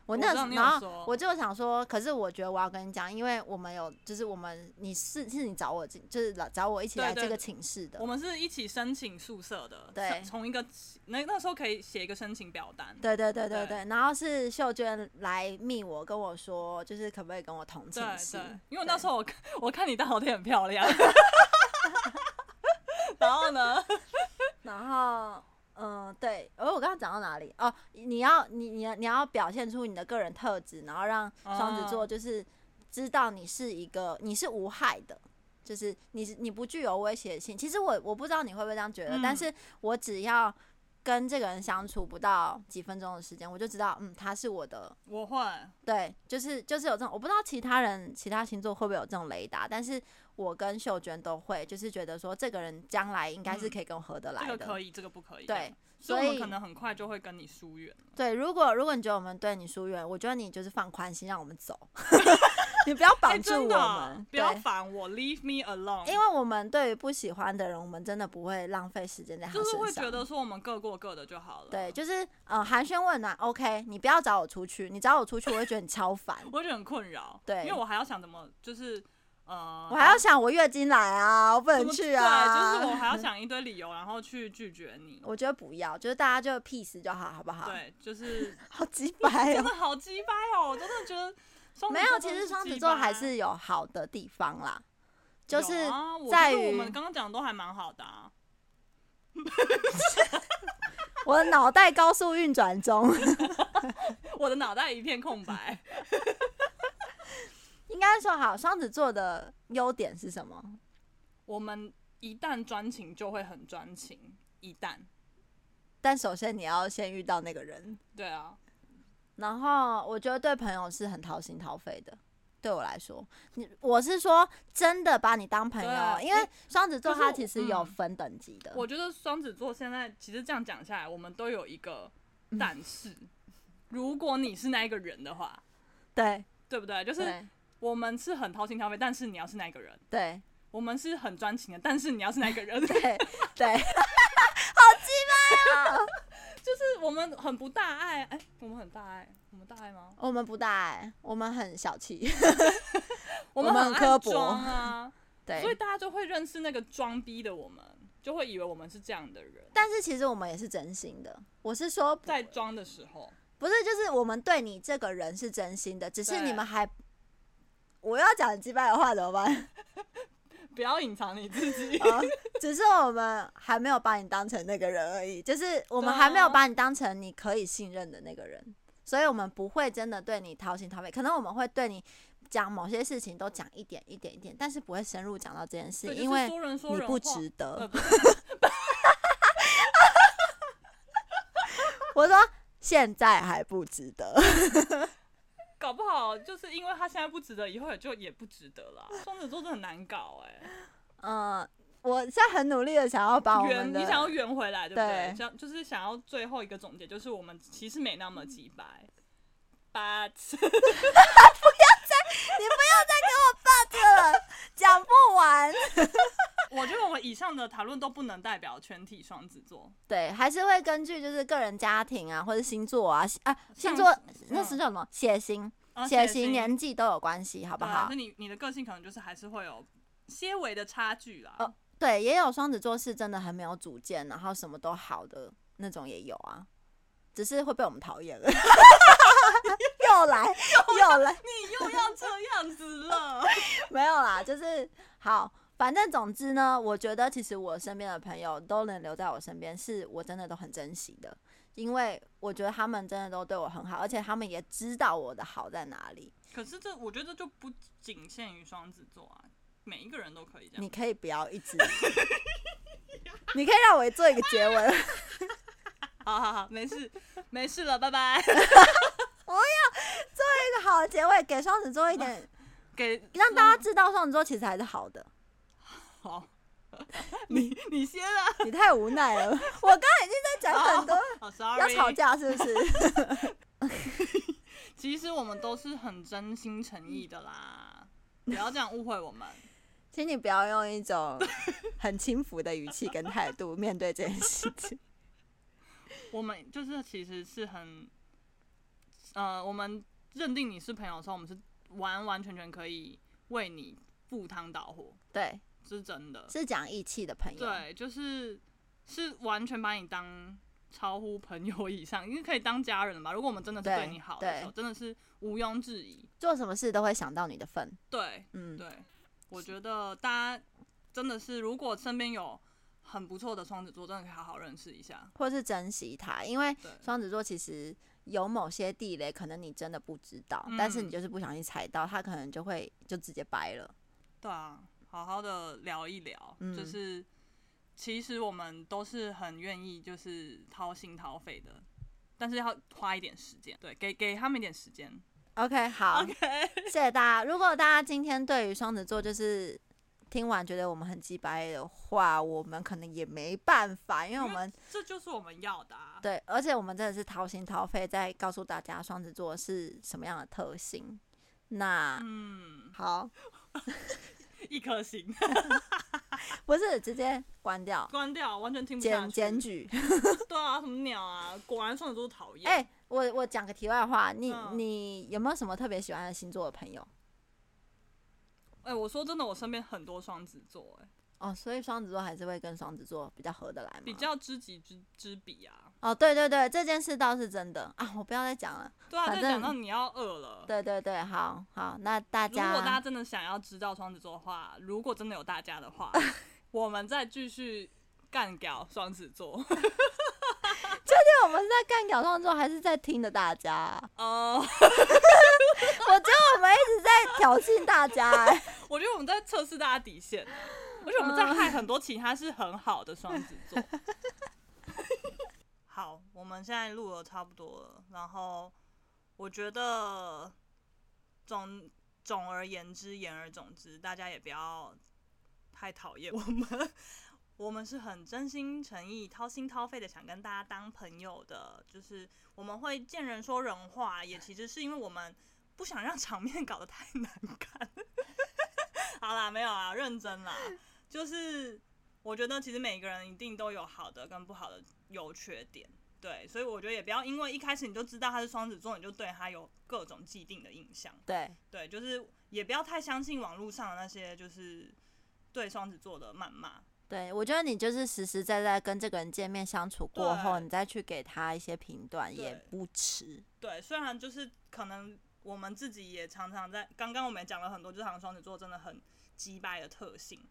[SPEAKER 1] 我
[SPEAKER 2] 我
[SPEAKER 1] 那
[SPEAKER 2] 知道
[SPEAKER 1] 时
[SPEAKER 2] 你有
[SPEAKER 1] 然后
[SPEAKER 2] 说
[SPEAKER 1] 我就想说，可是我觉得我要跟你讲，因为我们有就是我们你是是你找我进，就是来找我一起
[SPEAKER 2] 对
[SPEAKER 1] 来
[SPEAKER 2] 对
[SPEAKER 1] 这个寝室的
[SPEAKER 2] 我，们是一起申请宿舍的，
[SPEAKER 1] 对
[SPEAKER 2] 申从一个那那时候可以写一个申请表单，
[SPEAKER 1] 对对对对
[SPEAKER 2] 对
[SPEAKER 1] 对。然后是秀娟来密我跟我说，就是可不可以跟我同寝
[SPEAKER 2] 对
[SPEAKER 1] 室
[SPEAKER 2] 对？，因为我那
[SPEAKER 1] 对
[SPEAKER 2] 时候我看 我看你大头贴很漂亮，然后呢，
[SPEAKER 1] 然后，嗯，对，而我刚刚讲到哪里？哦，你要你你你要表现出你的个人特质，然后让双子
[SPEAKER 2] 哦
[SPEAKER 1] 座就是知道你是一个你是无害的，就是你是你不具有威胁性。其实我我不知道你会不会这样觉得，但
[SPEAKER 2] 嗯
[SPEAKER 1] 是我只要跟这个人相处不到几分钟的时间，我就知道，嗯，他是我的
[SPEAKER 2] 我会，
[SPEAKER 1] 对，就是就是有这种，我不知道其他人其他星座会不会有这种雷达，但是我跟秀娟都会，就是觉得说这个人将来应该是
[SPEAKER 2] 嗯
[SPEAKER 1] 可以跟我合得来
[SPEAKER 2] 这个
[SPEAKER 1] 的。
[SPEAKER 2] 可以，这个不可以，
[SPEAKER 1] 对，
[SPEAKER 2] 所以我
[SPEAKER 1] 所
[SPEAKER 2] 们
[SPEAKER 1] 以
[SPEAKER 2] 可能很快就会跟你疏远。
[SPEAKER 1] 对，如果如果你觉得我们对你疏远，我觉得你就是放宽心，让我们 走，你不要
[SPEAKER 2] 哎，
[SPEAKER 1] 绑住我
[SPEAKER 2] 真
[SPEAKER 1] 们，
[SPEAKER 2] 的，不要
[SPEAKER 1] 对。
[SPEAKER 2] 烦我，leave me alone。
[SPEAKER 1] 因为我们对于不喜欢的人，我们真的不会浪费时间在他身
[SPEAKER 2] 就
[SPEAKER 1] 上。
[SPEAKER 2] 是会觉得说我们各过各的就好了。
[SPEAKER 1] 对，就是呃，寒暄问暖，OK，你不要找我出去，你找我出去，我会觉得你超
[SPEAKER 2] ，
[SPEAKER 1] 烦
[SPEAKER 2] 我会觉得很困扰。
[SPEAKER 1] 对
[SPEAKER 2] 因为我还要想怎么，就是呃，
[SPEAKER 1] 我还要想我月经来啊，我不
[SPEAKER 2] 怎
[SPEAKER 1] 能
[SPEAKER 2] 么
[SPEAKER 1] 去啊。
[SPEAKER 2] 对，就是我还要想一堆理由，然后去拒绝你。
[SPEAKER 1] 我觉得不要，就是大家就 peace 就好，好不好？，
[SPEAKER 2] 对，就是
[SPEAKER 1] 好鸡掰
[SPEAKER 2] 真
[SPEAKER 1] 哦。
[SPEAKER 2] 的好鸡掰哦，我真的觉得双子
[SPEAKER 1] 没
[SPEAKER 2] 座
[SPEAKER 1] 有，
[SPEAKER 2] 真
[SPEAKER 1] 其
[SPEAKER 2] 的
[SPEAKER 1] 实
[SPEAKER 2] 是
[SPEAKER 1] 双子
[SPEAKER 2] 鸡
[SPEAKER 1] 座
[SPEAKER 2] 掰
[SPEAKER 1] 还是有好的地方啦，就是
[SPEAKER 2] 有啊我
[SPEAKER 1] 在
[SPEAKER 2] 觉得我
[SPEAKER 1] 于
[SPEAKER 2] 们刚刚讲的都还蛮好的啊。
[SPEAKER 1] 我的脑袋高速运转中。
[SPEAKER 2] 我的脑袋一片空白，
[SPEAKER 1] 应该说好，双子座的优点是什么？
[SPEAKER 2] 我们一旦专情就会很专情，一旦
[SPEAKER 1] 但首先你要先遇到那个人，
[SPEAKER 2] 对啊，
[SPEAKER 1] 然后我觉得对朋友是很掏心掏肺的。对我来说，你我是说真的把你当朋
[SPEAKER 2] 对
[SPEAKER 1] 友
[SPEAKER 2] 啊，
[SPEAKER 1] 因为双子座
[SPEAKER 2] 可是我
[SPEAKER 1] 它其实有
[SPEAKER 2] 嗯
[SPEAKER 1] 分等级的。
[SPEAKER 2] 我觉得双子座现在其实这样讲下来，我们都有一个
[SPEAKER 1] 嗯
[SPEAKER 2] 但是，如果你是那一个人的话，
[SPEAKER 1] 对
[SPEAKER 2] 对不对？就是
[SPEAKER 1] 对
[SPEAKER 2] 我们是很掏心掏肺，但是你要是那一个人，
[SPEAKER 1] 对
[SPEAKER 2] 我们是很专情的，但是你要是那一个人， 就
[SPEAKER 1] 对对，
[SPEAKER 2] 是我们很不大爱，哎、我们很大爱，我们大爱吗？
[SPEAKER 1] 我们不大爱，我们很小气。
[SPEAKER 2] 我
[SPEAKER 1] 们
[SPEAKER 2] 很
[SPEAKER 1] 很刻
[SPEAKER 2] 爱
[SPEAKER 1] 薄
[SPEAKER 2] 装啊，所以
[SPEAKER 1] 对，
[SPEAKER 2] 大家就会认识那个装逼的我们，就会以为我们是这样的人，
[SPEAKER 1] 但是其实我们也是真心的。我是说，
[SPEAKER 2] 在装的时候。
[SPEAKER 1] 不是，就是我们对你这个人是真心的，只是你
[SPEAKER 2] 对
[SPEAKER 1] 们还，我要讲击败的话怎么办？
[SPEAKER 2] 不要隐藏你 自己，
[SPEAKER 1] 啊，只是我们还没有把你当成那个人而已，就是我们
[SPEAKER 2] 对啊
[SPEAKER 1] 还没有把你当成你可以信任的那个人，所以我们不会真的对你掏心掏肺，可能我们会对你讲某些事情都讲一点一点一点，但是不会深入讲到这件事，
[SPEAKER 2] 对，就
[SPEAKER 1] 因
[SPEAKER 2] 是
[SPEAKER 1] 为
[SPEAKER 2] 说人说
[SPEAKER 1] 你
[SPEAKER 2] 人
[SPEAKER 1] 不
[SPEAKER 2] 话，
[SPEAKER 1] 值
[SPEAKER 2] 呃
[SPEAKER 1] 得。
[SPEAKER 2] 不是
[SPEAKER 1] 我说现在还不值得，
[SPEAKER 2] 搞不好就是因为他现在不值得，以后也就也不值得啦。双子座真的很难搞哎、
[SPEAKER 1] 嗯，我现在很努力的想要把我
[SPEAKER 2] 圆
[SPEAKER 1] 们
[SPEAKER 2] 你想要
[SPEAKER 1] 的，
[SPEAKER 2] 圆回来，对不对？
[SPEAKER 1] 对
[SPEAKER 2] 想就是想要最后一个总结，就是我们其实没那么鸡掰，but
[SPEAKER 1] 讲不完，
[SPEAKER 2] 我觉得我们以上的讨论都不能代表全体双子座。
[SPEAKER 1] 对，还是会根据就是个人家庭啊，或者星座啊，啊，星
[SPEAKER 2] 像
[SPEAKER 1] 座
[SPEAKER 2] 是
[SPEAKER 1] 那
[SPEAKER 2] 嗯
[SPEAKER 1] 是叫什么？血型。
[SPEAKER 2] 啊
[SPEAKER 1] 哦血
[SPEAKER 2] 型
[SPEAKER 1] 型、年纪都有关系，好
[SPEAKER 2] 好
[SPEAKER 1] 不好
[SPEAKER 2] 啊那？你你的个性可能就是还是会有些微的差距啦。
[SPEAKER 1] 哦对，也有双子座是真的很没有主见，然后什么都好的那种也有啊，只是会被我们讨厌 而已。又来又来，
[SPEAKER 2] 你又要这样子了，
[SPEAKER 1] 哦 没有啦，就是好。反正总之呢，我觉得其实我身边的朋友都能留在我身边，是我真的都很珍惜的，因为我觉得他们真的都对我很好，而且他们也知道我的好在哪里。
[SPEAKER 2] 可是这我觉得这就不仅限于双子座啊，每一个人都可以这样。
[SPEAKER 1] 你可以不要一直， 你可以让我做一个结尾。
[SPEAKER 2] 好好好，没事没事了，拜拜。
[SPEAKER 1] 好的结尾，给双子座一 点，
[SPEAKER 2] 给
[SPEAKER 1] 让大家知道双子座其实还是好的。
[SPEAKER 2] 好，你你先啊。
[SPEAKER 1] 你太无奈了， 我刚刚已经在讲很多，
[SPEAKER 2] 好
[SPEAKER 1] 要
[SPEAKER 2] ，sorry。
[SPEAKER 1] 吵架是不是？
[SPEAKER 2] 其实我们都是很真心诚意的啦，不要这样误会我们。
[SPEAKER 1] 请你不要用一种很轻浮的语气跟态度面对这件事情。
[SPEAKER 2] 我们就是其实是很呃，我们认定你是朋友的时候，我们是完完全全可以为你赴汤蹈火，
[SPEAKER 1] 对，
[SPEAKER 2] 这是真的。
[SPEAKER 1] 是讲义气的朋友，
[SPEAKER 2] 对，就是是完全把你当超乎朋友以上，因为可以当家人了嘛。如果我们真的是
[SPEAKER 1] 对
[SPEAKER 2] 对你好的时候，
[SPEAKER 1] 对
[SPEAKER 2] 真的是毋庸置疑。
[SPEAKER 1] 做什么事都会想到你的份，
[SPEAKER 2] 对
[SPEAKER 1] 嗯，
[SPEAKER 2] 对，我觉得大家真的是，如果身边有很不错的双子座，真的可以好好认识一下。
[SPEAKER 1] 或是珍惜他，因为
[SPEAKER 2] 对
[SPEAKER 1] 双子座其实有某些地雷，可能你真的不知道，
[SPEAKER 2] 嗯
[SPEAKER 1] 但是你就是不小心踩到，他可能就会就直接掰了。
[SPEAKER 2] 对啊，好好的聊一聊，
[SPEAKER 1] 嗯
[SPEAKER 2] 就是其实我们都是很愿意就是掏心掏肺的，但是要花一点时间，对，给给他们一点时间。
[SPEAKER 1] OK，好
[SPEAKER 2] OK，
[SPEAKER 1] 谢谢大家。如果大家今天对于双子座就是听完觉得我们很鸡掰的话，我们可能也没办法，因为我们
[SPEAKER 2] 这就是我们要的、啊。
[SPEAKER 1] 对，而且我们真的是掏心掏肺在告诉大家双子座是什么样的特性。那、
[SPEAKER 2] 嗯，
[SPEAKER 1] 好，
[SPEAKER 2] 一颗星
[SPEAKER 1] 不是直接关掉，
[SPEAKER 2] 关掉，完全听不下
[SPEAKER 1] 检
[SPEAKER 2] 去。
[SPEAKER 1] 检举。
[SPEAKER 2] 对啊，什么鸟啊？果然双子座讨厌。
[SPEAKER 1] 哎、我我讲个题外话，你、
[SPEAKER 2] 嗯
[SPEAKER 1] 你有没有什么特别喜欢的星座的朋友？
[SPEAKER 2] 哎、我说真的，我身边很多双子座、哎，
[SPEAKER 1] 哦，所以双子座还是会跟双子座比较合得来吗？
[SPEAKER 2] 比较知己知知彼啊。
[SPEAKER 1] 哦，对对对，这件事倒是真的啊，我不要再讲了。
[SPEAKER 2] 对啊，
[SPEAKER 1] 反
[SPEAKER 2] 再
[SPEAKER 1] 正
[SPEAKER 2] 讲到你要饿了。
[SPEAKER 1] 对对对，好好，那大
[SPEAKER 2] 如果大家
[SPEAKER 1] 家
[SPEAKER 2] 真的想要知道双子座的话，如果真的有大家的话，我们再继续干掉双子座。
[SPEAKER 1] 对我们是在干搞创作，还是在听的大家 啊？
[SPEAKER 2] 呃，
[SPEAKER 1] 我觉得我们一直在挑衅大家、哎
[SPEAKER 2] 我觉得我们在测试大家底线，啊而且我们在害很多其他是很好的双子座。好，我们现在录的差不多了，然后我觉得总总而言之，言而总之，大家也不要太讨厌我们。 我们是很真心诚意、掏心掏肺的想跟大家当朋友的，就是我们会见人说人话，也其实是因为我们不想让场面搞得太难看。好啦，没有啊，认真啦，就是我觉得其实每个人一定都有好的跟不好的优缺点，对，所以我觉得也不要因为一开始你就知道他是双子座，你就对他有各种既定的印象，
[SPEAKER 1] 对
[SPEAKER 2] 对，就是也不要太相信网络上的那些就是对双子座的谩骂，
[SPEAKER 1] 对，我觉得你就是实实在在跟这个人见面相处过后，
[SPEAKER 2] 对
[SPEAKER 1] 你再去给他一些评断也
[SPEAKER 2] 对
[SPEAKER 1] 不迟。
[SPEAKER 2] 对，虽然就是可能我们自己也常常在，刚刚我们也讲了很多，就是好像双子座真的很击败的特性，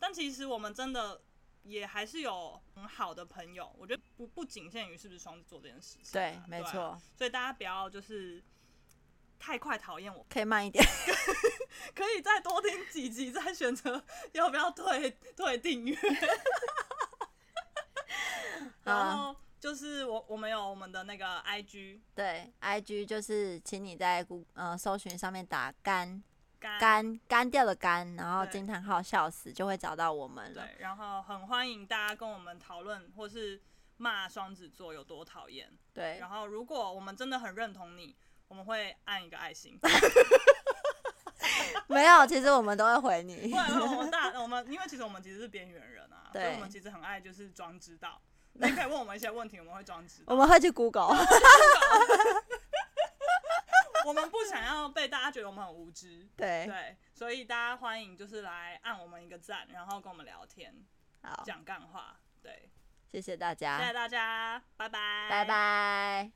[SPEAKER 2] 但其实我们真的也还是有很好的朋友，我觉得不不仅限于是不是双子座这件事情啊、
[SPEAKER 1] 对，没
[SPEAKER 2] 啊
[SPEAKER 1] 错，
[SPEAKER 2] 所以大家不要就是太快讨厌我，
[SPEAKER 1] 可以慢一点。
[SPEAKER 2] 可以再多听几集，再选择要不要退退 订阅。然
[SPEAKER 1] 啊，
[SPEAKER 2] 后就是我我们有我们的那个 IG
[SPEAKER 1] 对，IG 就是请你在谷呃搜寻上面打干
[SPEAKER 2] 干
[SPEAKER 1] 干干掉的干，然后
[SPEAKER 2] 对
[SPEAKER 1] 惊叹号笑死，就会找到我们了。
[SPEAKER 2] 对，然后很欢迎大家跟我们讨论，或是骂双子座有多讨厌。
[SPEAKER 1] 对，
[SPEAKER 2] 然后如果我们真的很认同你，我们会按一个爱心。
[SPEAKER 1] 没有，其实我们都会回你
[SPEAKER 2] 不。然我们大我们，因为其实我们其实是边缘人啊，所以
[SPEAKER 1] 对
[SPEAKER 2] 我们其实很爱就是装知道。你可以问我们一些问题，我们会装知
[SPEAKER 1] 我
[SPEAKER 2] 道。
[SPEAKER 1] 们会去 Google，
[SPEAKER 2] 我们不想要被大家觉得我们很无知。
[SPEAKER 1] 对，
[SPEAKER 2] 对，所以大家欢迎就是来按我们一个赞，然后跟我们聊天，
[SPEAKER 1] 好，
[SPEAKER 2] 讲干话。对，
[SPEAKER 1] 谢谢大
[SPEAKER 2] 谢谢
[SPEAKER 1] 家，
[SPEAKER 2] 大家，拜拜，
[SPEAKER 1] 拜拜。